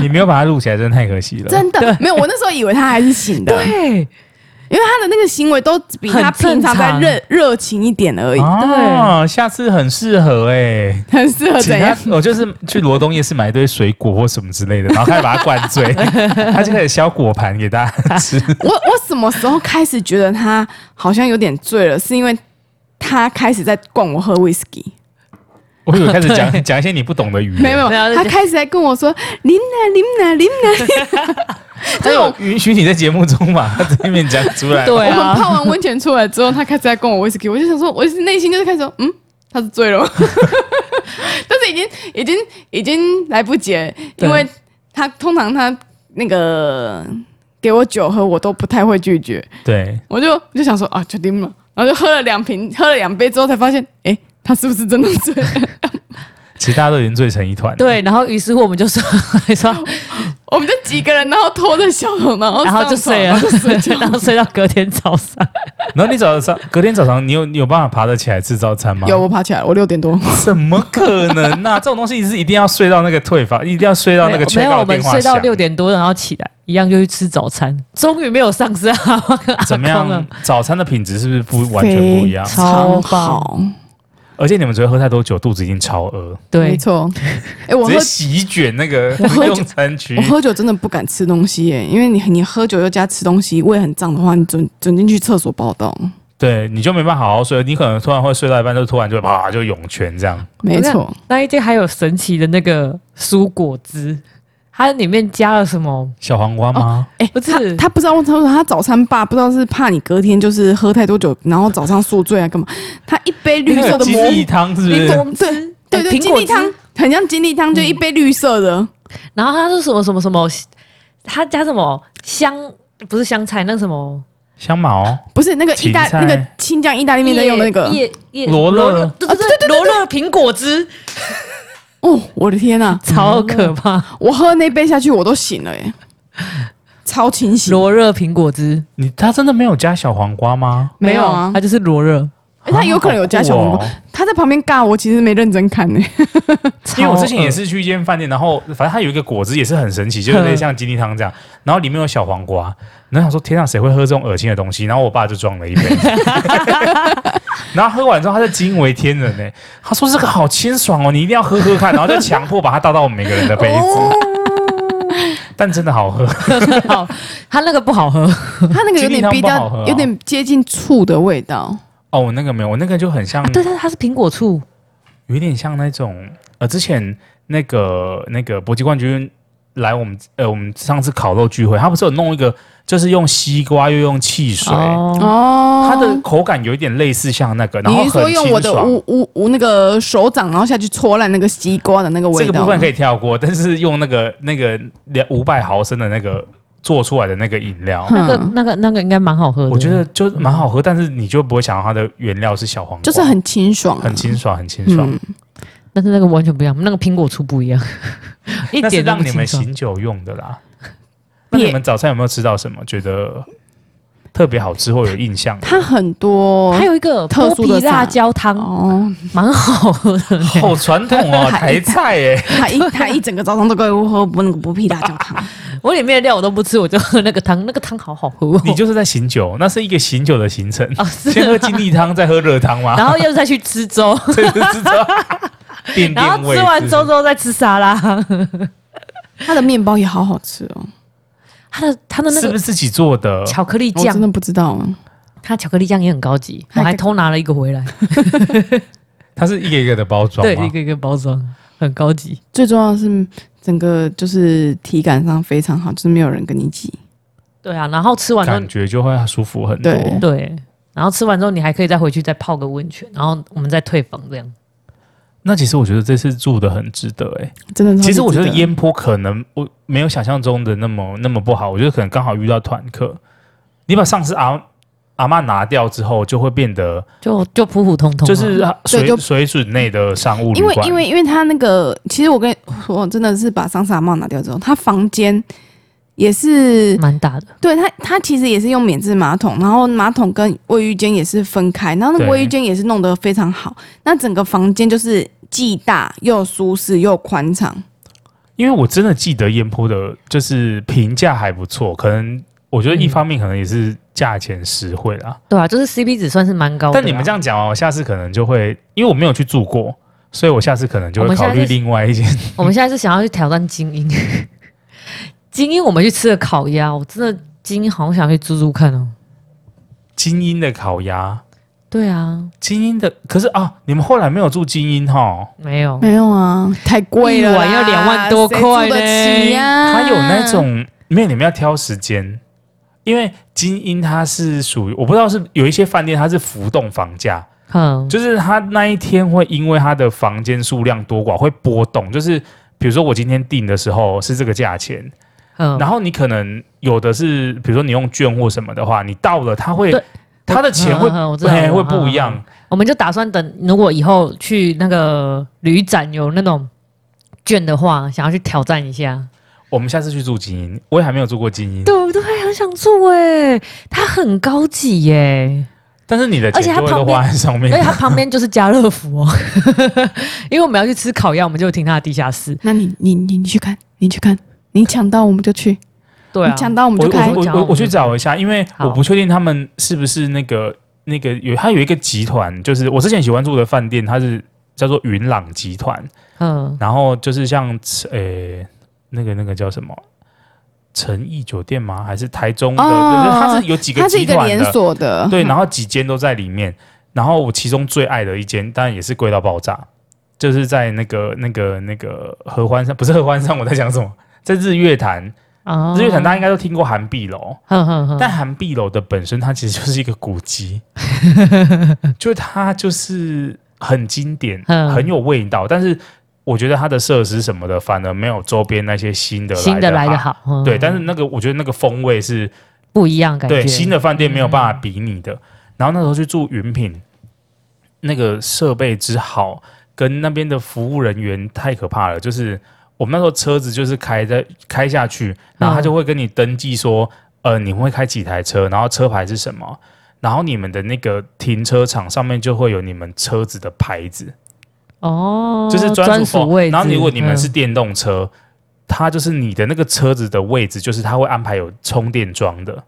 A: 你没有把它录起来，真的太可惜了。
B: 真的没有。我那时候以为他还是醒的，
C: 对，
B: 因为他的那个行为都比他
C: 很正
B: 平常在
C: 常
B: 热热情一点而已，
A: 哦，下次很适合哎、
B: 很
C: [LAUGHS]
B: 适合
A: 请
B: 怎
A: 他
B: 样？，
A: 我就是去罗东夜市买一堆水果或什么之类的，然后开始把他灌
C: [LAUGHS]
A: 醉，他就开始削果盘给大家吃。
B: 我我什么时候开始觉得他好像有点醉了？是因为他开始在灌我喝 whisky。 [LAUGHS]
A: 我有开始讲讲一些你不懂的语言，
B: 没有没有，
C: 没有
B: 他开始在跟我说：“林奶林奶林奶。”就是我
A: 允许你在节目中把他这一面讲出来。
C: 对
B: 我们
C: 啊，
B: 泡完温泉出来之后，他开始在跟我 whisky，我就想说，我内心就是开始说，嗯，他是醉
C: [LAUGHS]
B: 了吗，但是已经已经已经来不及了，
C: 对
B: 因为他通常他那个给我酒喝，我都不太会拒绝，
A: 对，
B: 我就我就想说啊，决定了，然后就喝了两瓶，喝了两杯之后才发现，哎、他是不是真的
C: [LAUGHS]
B: 醉？
A: 其实大家都已经醉成一团。，
C: 对，然后于是乎我们就说 [LAUGHS] 说，
B: 我们就几个人，然后拖着小龙，然后
C: 然后就
B: 上床
C: 睡了
B: 然后就睡，觉
C: [LAUGHS] 然后睡到隔天早上。
A: 然后你早上隔天早上，你有你有办法爬得起来吃早餐吗？
B: 有，我爬起来了，我六点多。
C: [LAUGHS]
A: 怎么可能啊呢、这种东西是一定要睡到那个退房，一定要睡到 [LAUGHS] 那个
C: 没
A: 缺
C: 有，
A: 告
C: 我们
A: 电话
C: 睡到
A: 响。
C: 六点多，然后起来一样就去吃早餐，终于没有上司啊，
B: [LAUGHS]
A: 怎么
C: 阿公
A: 样
C: 啊？？
A: 早餐的品质是不是不完全不一样？
C: 非超棒
B: 好，
A: 而且你们昨天喝太多酒，肚子已经超饿，
B: 没
C: 对，
B: 错。哎、我
A: 直
B: 喝
A: 接席卷那
B: [LAUGHS]
A: 个
B: 喝酒
A: 用餐
C: 嗯
A: 区
B: 我。喝酒真的不敢吃东西耶、因为你你喝酒又加吃东西，胃很胀的话，你准准进去厕所暴动。
A: 对，你就没办法好好睡，你可能突然会睡到一半，就突然就啪就涌泉这样。
B: 没错，
C: 那一天还有神奇的那个蔬果汁，它里面加了什么？
A: 小黄瓜吗？
B: 哎、
C: 不
B: 他
C: 是
B: 他不知道，他说他早餐吧，不知道是怕你隔天就是喝太多酒，然后早上宿醉啊干嘛？他一杯绿
C: 哎
B: 色的
A: 鸡
B: 蘑
A: 粒汤是不
B: 你
A: 是？
B: 懂对对对，
C: 苹
B: 金
C: 果
B: 力汤
C: 汁嗯
B: 很像金力汤，就一杯绿色的，
C: 然后它是什么什么什么，它加什么香？不是香菜，那什么
A: 香茅
B: 不是那个意大
A: 芹菜
B: 那个青酱意大利面在用的那个。啊
C: 叶叶
A: 罗勒
C: 对对对，罗勒苹果
B: 嗯
C: 汁，
B: 哦，我的天呐、
C: 超可怕！
B: 我喝那杯下去我都醒了耶，超清醒。
C: 罗勒苹果汁
A: 你他真的没有加小黄瓜吗？
B: 没有啊
C: 它就是罗勒，
B: 哎他有可能有加小黄瓜
A: 啊，
B: 他在旁边尬，我其实没认真看呢、
A: 因为我之
C: 超
A: 前
C: 恶
A: 也是去一间饭店，然后反正它有一个果汁也是很神奇，就是类似
C: [LAUGHS]
A: 像金力汤这样，然后里面有小黄瓜，然后想说天上啊谁会喝这种恶心的东西？然后我爸就装了
C: [LAUGHS]
A: 一杯，然后喝完之后他就惊为天人呢、他说这个好清爽哦，你一定要喝喝看，然后就强迫把它倒到我们每个人的杯
C: 哦
A: 子，但真的好喝，
B: [LAUGHS]
C: 好，它那个不好喝，
A: 嗯
B: 它那个有点比
A: 鸡丁汤不好
B: 较
A: 喝哦，
B: 有点接近醋的味道。
A: 哦，我那个没有，我那个就很像，
C: 啊对对，它是苹果醋，
A: 有点像那种呃，之前那个那个搏击冠军来我们呃，我们上次烤肉聚会，他不是有弄一个，就是用西瓜又用汽水，
C: 哦，
B: 哦，
A: 它的口感有一点类似像那个，然后
B: 你是
A: 很
B: 说
A: 清
B: 用我的
A: 爽。
B: 无无无那个手掌，然后下去戳烂那个西瓜的那个味
A: 这
B: 道？
A: 个部分可以跳过，但是用那个那个两五百毫升的那个做出来的那个饮料，
B: 嗯
C: 那个那个那个应该蛮好喝的，
A: 我觉得就蛮好喝，但是你就不会想到它的原料是小黄瓜，
B: 就是很清爽、嗯啊，
A: 很清爽，很清爽。
C: 但是那个完全不一样，那个苹果醋不
A: [LAUGHS]
C: 一样，一
A: 那是
C: 点都
A: 让
C: 不
A: 你们
C: 清爽。
A: 醒酒用的
C: [LAUGHS]
A: 啦。那你们早餐有没有吃到什么觉得特别好吃或有印象？
B: 它很多，
C: 还有一个
B: 特
C: 剥
B: 殊的
C: 皮
B: 菜
C: 辣椒汤，
B: 哦，
C: 蛮好喝的呢。
A: 好传统哦，
B: 还
A: 台菜
C: [LAUGHS]
A: 耶！
B: 它
A: [LAUGHS]
B: 一它一整个早上都给我喝不那个剥皮辣椒汤，
C: 我里面的料我都不吃，我就喝那个汤，那个汤好好喝、哦。
A: 你就是在醒酒，那是一个醒酒的行程。
C: 哦是
A: 先喝金力汤，再喝热汤吗？
C: [LAUGHS] 然后又再去
A: [LAUGHS]
C: 吃粥，
A: 这个是
C: [LAUGHS]
A: 这样垫
C: 然
A: 垫
C: 后
A: 胃。
C: 吃完
A: 是不是
C: 粥之后再吃沙拉。 [LAUGHS]
B: 它的面包也好好吃哦，
C: 它的它的那
A: 是不
C: 个
A: 是自己做的？
C: 巧克力
B: 我真
C: 酱，
B: 的不知道啊，
C: 它巧克力酱也很高级，我还偷拿了一个回来，
A: 它是一个一个的包装
C: 对，
A: 吗
C: 一？个一个包装，很高级。
B: 最重要的是整个就是体感上非常好，就是没有人跟你挤，
C: 对啊，然后吃完之
A: 感
C: 后，
A: 觉就会舒服很多。
B: 对
C: 对，然后吃完之后你还可以再回去再泡个温泉，然后我们再退房这样。
A: 那其实我觉得这次住的很值得哎。
B: 真的超级值。
A: 其实我觉得烟波可能我没有想象中的那么那么不好，我觉得可能刚好遇到团客，你把上司阿阿嬷拿掉之后，就会变得
C: 就就普普通通啊，
A: 就是水、
B: 就
A: 水准内的商务旅
B: 因为
A: 馆，
B: 因为因为他那个，其实我跟你说，真的是把桑莎帽拿掉之后，他房间也是，
A: 嗯
C: 蛮大的，
B: 对他他其实也是用免治马桶，然后马桶跟卫浴间也是分开，然后那个
A: 对
B: 卫浴间也是弄得非常好，那整个房间就是既大又舒适又宽敞，
A: 因为我真的记得烟波的，就是评价还不错，可能我觉得一方面可能也是价钱实惠啦。
C: 对啊，就是 CP 值算是蛮高的啊。
A: 但你们这样讲哦，我下次可能就会，因为我没有去住过，所以我下次可能就
C: 我
A: 会
C: 们
A: 考
C: 现
A: 虑
C: 在是
A: 另外一间。 [LAUGHS]
C: 我们现在是想要去挑战精英， [LAUGHS] 精英我们去吃了烤鸭，我真的精英好想去住住看哦。
A: 精英的烤鸭，
C: 对啊，
A: 精英的，可是啊，你们后来没有住精英哈。
C: 没有，
B: 没有啊，太贵了啦，
C: 一晚要两万多块呢
B: 谁住得起呀、啊
A: 它有那种没有，你们要挑时间，因为精英它是属于我不知道是有一些饭店它是浮动房价，
C: 嗯，
A: 就是它那一天会因为它的房间数量多寡会波动，就是比如说我今天订的时候是这个价钱，
C: 嗯
A: 然后你可能有的是比如说你用券或什么的话，你到了它会
C: 对
A: 它的钱会
C: 嗯嗯嗯我知道
A: 嘿
C: 我
A: 会
C: 知道
A: 不一
C: 嗯
A: 样，
C: 我们就打算等，如果以后去那个旅展有那种券的话，想要去挑战一下。
A: 我们下次去住精英，我也还没有住过精英，
C: 对不对？很想住哎、它很高级耶、
A: 但是你的钱
C: 而且它
A: 就会
C: 旁
A: 都
C: 边
A: 花在 [LAUGHS] 上面
C: 而且。它旁边就是家乐福哦， [LAUGHS] 因为我们要去吃烤鸭，我们就停它的地下室。
B: 那你你你你去看，你去看，你抢到我们就去，
C: 对
B: 你
C: 啊，
B: 抢到我们
A: 我
B: 就
A: 我
B: 开
C: 说。
A: 我
C: 讲
A: 我
C: 我
A: 我
C: 们
A: 去找一下，因为
C: 好
A: 我不确定他们是不是那个那个有，他有一个集团，就是我之前喜欢住的饭店，它是叫做云朗集团，
C: 嗯，
A: 然后就是像呃、那个那个叫什么诚意酒店吗？还是台中的？就
B: 哦
A: 是它是有几个
B: 它是
A: 集
B: 一个
A: 团
B: 连
A: 的，
B: 锁嗯的，
A: 对，然后几间都在里面，然后我其中最爱的一间，当然也是贵到爆炸，就是在那个那个那个合欢山，不是合欢山，我在讲什么？在日月潭，
C: 啊
A: 日月潭大家应该都听过韩碧楼。
C: 哼哼哼，
A: 但韩碧楼的本身它其实就是一个古
C: [LAUGHS]
A: 迹，就它就是很经典，
C: 嗯
A: 很有味道。但是我觉得它的设施什么的，反而没有周边那些新的
C: 新的来
A: 的
C: 的。好，嗯
A: 对，但是那个我觉得那个风味是
C: 不一样感觉。
A: 对新的饭店没有办法比拟的。然后那时候去住云品，那个设备之好，跟那边的服务人员太可怕了。就是我们那时候车子就是开在开下去，然后他就会跟你登记说，呃，你会开几台车，然后车牌是什么，然后你们的那个停车场上面就会有你们车子的牌子，
C: 哦，
A: 就是专
C: 专
A: 属
C: 属
A: 位
C: 位
A: 置。
C: 置。
A: 然后如果你们是
C: 嗯
A: 电动车，它就是你的那个车子的位置，就是它会安排有充电桩的。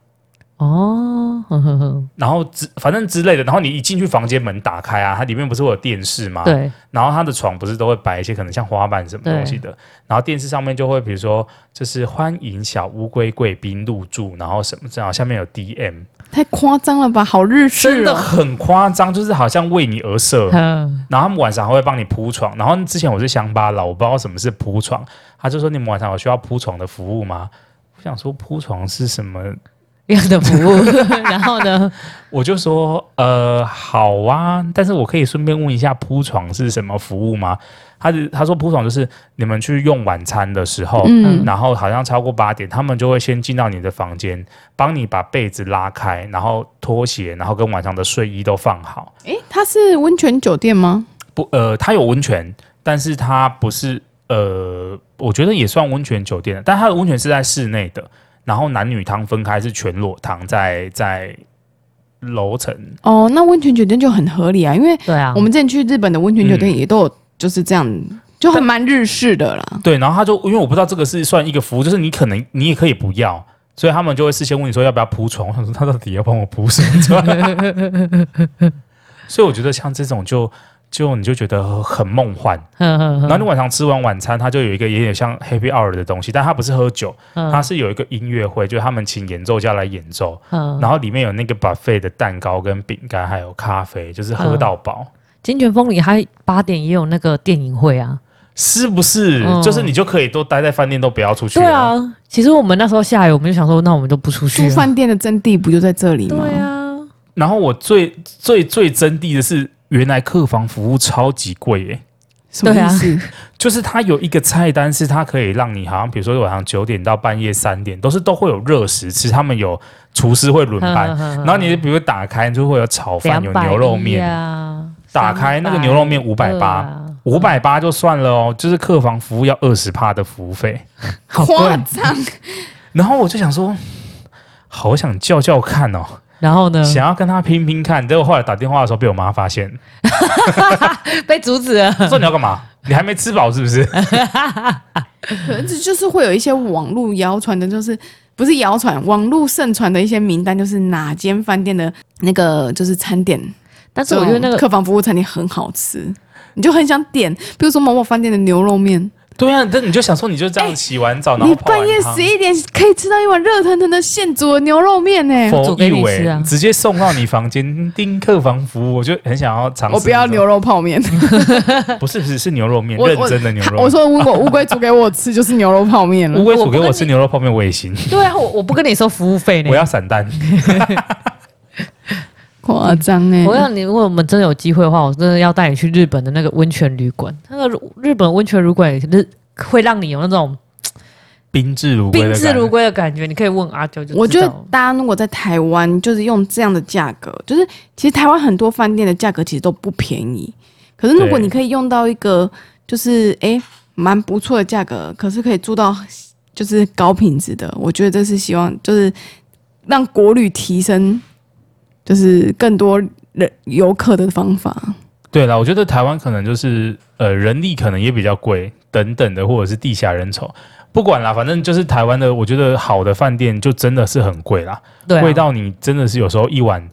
C: 哦，哼哼哼，
A: 然后之反正之类的，然后你一进去房间门打开啊，它里面不是会有电视吗？。
C: 对，
A: 然后它的床不是都会摆一些可能像花瓣什么东西的，然后电视上面就会比如说就是欢迎小乌龟贵宾入住，然后什么这样，下面有 DM，
B: 太夸张了吧，好日
A: 真
B: 式
A: 的
B: 哦。
A: 很夸张，就是好像为你而
C: [LAUGHS]
A: 设。
C: 嗯，
A: 然后他们晚上还会帮你铺床。然后之前我是乡巴佬，我不知道什么是铺床，他就说你们晚上有需要铺床的服务吗？我想说铺床是什么？
C: 样的服
A: [LAUGHS]
C: 务。 [LAUGHS] 然后呢，
A: 我就说，呃，好啊，但是我可以顺便问一下铺床是什么服务吗？他是他说铺床就是你们去用晚餐的时候，
B: 嗯
A: 然后好像超过八点，他们就会先进到你的房间，帮你把被子拉开，然后拖鞋，然后跟晚上的睡衣都放好。
B: 诶，哎它是温泉酒店吗？
A: 不，呃，它有温泉，但是它不是，呃，我觉得也算温泉酒店了，但它的温泉是在室内的，然后男女汤分开是全裸汤在在楼层。
B: 哦，那温泉酒店就很合理啊，因为
C: 对啊，
B: 我们之前去日本的温泉酒店也都有就是这样，
C: 嗯
B: 就还蛮日式的啦。
A: 对，然后他就因为我不知道这个是算一个服务，就是你可能你也可以不要，所以他们就会事先问你说要不要铺床。我想说他到底要帮我铺什么床？ [LAUGHS] 所以我觉得像这种就就你就觉得很梦幻。
C: 哼哼
A: 然后你
C: 哼，
A: 晚上吃完晚餐，他就有一个有点像 Happy Hour 的东西，但他不是喝酒，他是有一个音乐会，就是他们请演奏家来演奏，
C: 嗯，
A: 然后里面有那个 buffet 的蛋糕跟饼干，还有咖啡，就是
C: 嗯
A: 喝到饱。
C: 金泉风里还八点也有那个电影会啊。
A: 是不是？
C: 嗯
A: 就是你就可以都待在饭店，都不要出去
C: 对
A: 了。
C: 啊，其实我们那时候下雨，我们就想说，那我们就不出去
B: 住
C: 了。
B: 饭店的真谛不就在这里吗？
C: 啊对啊，
A: 然后我最最最真谛的是，原来客房服务超级贵耶、
B: 什么
C: 对
B: 意
C: 啊
B: 思？
A: 就是它有一个菜单是它可以让你好像比如说晚上九点到半夜三点都是都会有热食吃，他们有厨师会轮班。然
C: 然
A: 后你比如打开就会有炒饭，有牛肉面，
C: 啊，
A: 打开那个牛肉面
C: 320
A: 580
C: 啊
A: 五百八就算了哦，就是客房服务要二十帕的服务费。
C: 好贵
B: 夸张，
A: 然后我就想说，好想叫叫看哦，
C: 然后呢，
A: 想要跟他拼拼看。结果后来打电话的时候被我妈发现，
C: [LAUGHS] 被阻止了。
A: 她说你要干嘛？你还没吃饱是不是？
B: 可能这就是会有一些网络谣传的，就是不是谣传，网络盛传的一些名单，就是哪间饭店的那个就是餐点，
C: 但是我觉得那
B: 这种
C: 个
B: 客房服务餐点很好吃，你就很想点，比如说某某饭店的牛肉面，
A: [LAUGHS] 对啊，那你就想说，你就这样洗完澡，然
B: 你
A: 后泡
B: 半
A: 完
B: 夜
A: 汤
B: 十一点可以吃到一碗热腾腾的现煮的牛肉面呢、
A: 否
C: 煮给
A: 一
C: 你吃
A: 尾
C: 啊
A: 直接送到你房间，订客房服务，我就很想要尝试。
B: 我不要牛
A: 肉，
B: 肉泡面，
A: 不是不是是牛肉面，
B: 我
A: 认
B: 我
A: 真的牛肉。
B: [LAUGHS] 我说如果乌龟煮给我吃，就是牛肉泡面
A: 乌
B: 了。
A: 龟
C: 我
A: 煮
C: 不
A: 给
C: 跟
A: 我
C: 你
A: 吃牛肉泡面，我也行，
C: 对啊，我我不跟你收服务费呢。
A: 我要散蛋。
B: 夸张哎！
C: 我要你，如果我们真的有机会的话，我真的要带你去日本的那个温泉旅馆。那个日本温泉旅馆也是会让你有那种
A: 冰至如龟的
C: 宾
A: 感觉
C: 至如归的感觉。你可以问阿九就知道
B: 我觉得大家如果在台湾，就是用这样的价格，就是其实台湾很多饭店的价格其实都不便宜。可是如果
A: 对
B: 你可以用到一个就是诶蛮不错的价格，可是可以住到就是高品质的，我觉得这是希望就是让国旅提升，就是更多人游客的方法。
A: 对啦，我觉得台湾可能就是呃人力可能也比较贵等等的，或者是地下人丑，不管啦，反正就是台湾的，我觉得好的饭店就真的是很贵啦，
C: 对啊
A: 贵到你真的是有时候一碗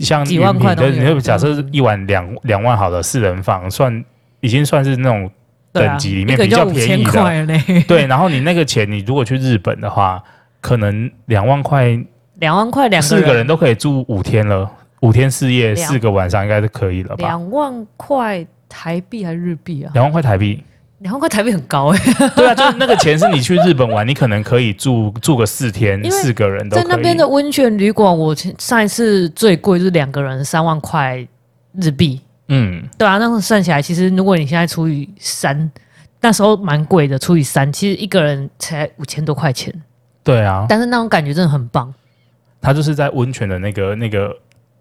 A: 像
C: 几万
A: 云
C: 块
A: 品的，
C: 都有
A: 你就假设一碗两两万好了，四人房算已经算是那
C: [LAUGHS]
A: 种
C: 对啊
A: 等级里面
C: 一个
A: 比较
C: 就
A: 便宜的
C: 5000块了嘞，
A: 对，然后你那个钱，你如果去日本的话，可能两万块
C: 两万块两
A: 四个人都可以住五天了，五天四夜
C: 两
A: 四个晚上应该是可以了吧？
C: 两万块台币还是日币啊？
A: 两万块台
C: [LAUGHS]
A: 币，
C: 两万块台币很高哎、
A: 对啊，就是那个钱是你去日本玩，你可能可以住住个四天，
C: 因为
A: 四个人都
C: 在
A: 可
C: 那边
A: 以
C: 的。温泉旅馆，我前上一次最贵就是两个人三万块日币，
A: 嗯，
C: 对啊，那时候算起来，其实如果你现在除以三，那时候蛮贵的，除以三，其实一个人才五千多块钱，
A: 对啊，
C: 但是那种感觉真的很棒。
A: 他就是在温泉的那个那个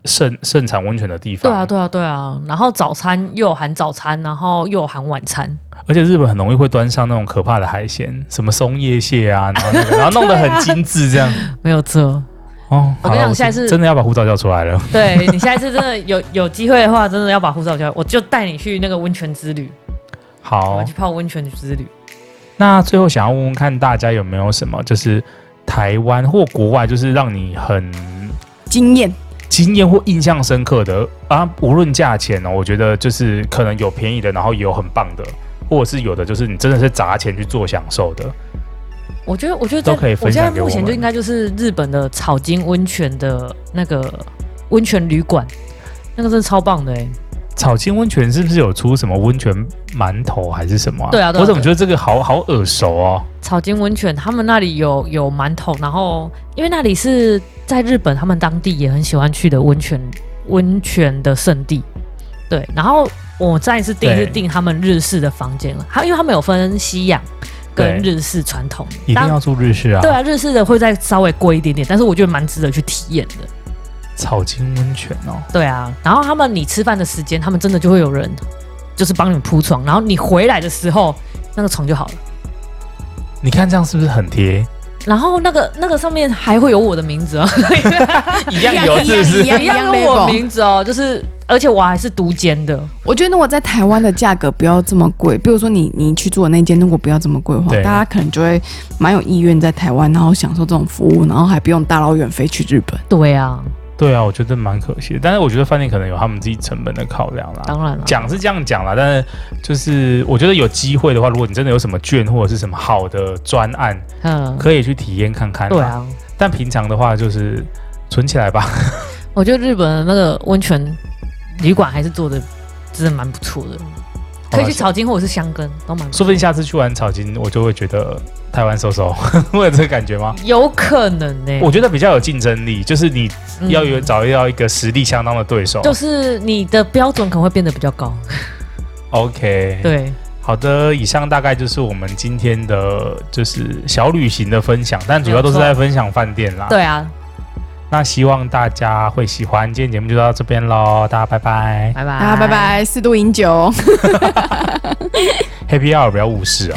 A: 盛盛产温泉的地方。
C: 对啊，对啊，对啊。然后早餐又有含早餐，然后又有含晚餐，
A: 而且日本很容易会端上那种可怕的海鲜，什么松叶蟹啊，然后那
C: [LAUGHS]
A: 个然后弄得很精致这样。
C: 没有错。
A: 哦，
C: 啊我跟你
A: 好啦
C: 讲下
A: 是
C: 次
A: 真的要把护照叫出来了。
C: 对你下一次真的 [LAUGHS] 有有机会的话，真的要把护照交，我就带你去那个温泉之旅，我
A: 好
C: 们去，泡温泉之旅。
A: 那最后想要问问看大家有没有什么，就是台湾或国外，就是让你很
B: 经验
A: 经验或印象深刻的啊，无论价钱哦，我觉得就是可能有便宜的，然后也有很棒的，或者是有的就是你真的是砸钱去做享受的。
C: 我觉得，我觉得在
A: 都可以分
C: 我现
A: 享
C: 在
A: 给我
C: 目
A: 们
C: 前就应该就是日本的草金温泉的那个温泉旅馆，那个真的超棒的哎、
A: 草金温泉是不是有出什么温泉馒头还是什么、
C: 对啊对啊
A: 我怎么觉得这个好好耳熟哦？
C: 草金温泉，他们那里有有馒头，然后因为那里是在日本，他们当地也很喜欢去的温泉温泉的圣地。对，然后我再一次订
A: 对
C: 是订他们日式的房间了，他因为他们有分西洋跟
A: 对
C: 日式传统，
A: 一定要住日式啊！
C: 对啊，日式的会再稍微贵一点点，但是我觉得蛮值得去体验的。
A: 草金温泉哦，
C: 对啊，然后他们你吃饭的时间，他们真的就会有人就是帮你铺床，然后你回来的时候那个床就好了。
A: 你看这样是不是很贴？
C: 然后那个那个上面还会有我的名字哦， [LAUGHS]
A: 一样有是不
B: 一
A: 是？
B: 样
C: 一
B: 一
C: 样
B: 样
C: 有我
B: level
C: 名字哦，就是而且我还是独间的，
B: 我觉得我在台湾的价格不要这么贵，比如说你你去住的那间，如果不要这么贵的话，
A: 对
B: 大家可能就会蛮有意愿在台湾，然后享受这种服务，然后还不用大老远飞去日本。
C: 对啊，
A: 对啊，我觉得蛮可惜的。但是我觉得饭店可能有他们自己成本的考量啦。
C: 当然了，
A: 讲是这样讲啦，但是就是我觉得有机会的话，如果你真的有什么券或者是什么好的专案，
C: 嗯，
A: 可以去体验看看。
C: 对，啊，
A: 但平常的话就是存起来吧。
C: 我觉得日本的那个温泉旅馆还是做的真的蛮不错的，可以去
A: 炒，
C: 草金或者是香根都蛮不错，
A: 说不定下次去玩草金，我就会觉得台湾收收， [LAUGHS] 会有这个感觉吗？
C: 有可能呢、
A: 我觉得比较有竞争力，就是你
C: 嗯
A: 要有找到一个实力相当的对手。
C: 就是你的标准可能会变得比较高，
A: 哎 OK，，
C: 对，
A: 好的，以上大概就是我们今天的就是小旅行的分享，但主要都是在分享饭店啦。
C: 对啊，
A: 那希望大家会喜欢，今天节目就到这边喽，大家拜拜
C: 拜拜，
B: 大家拜。拜，适度饮酒哦。
A: ，Happy Hour 不要误事哦。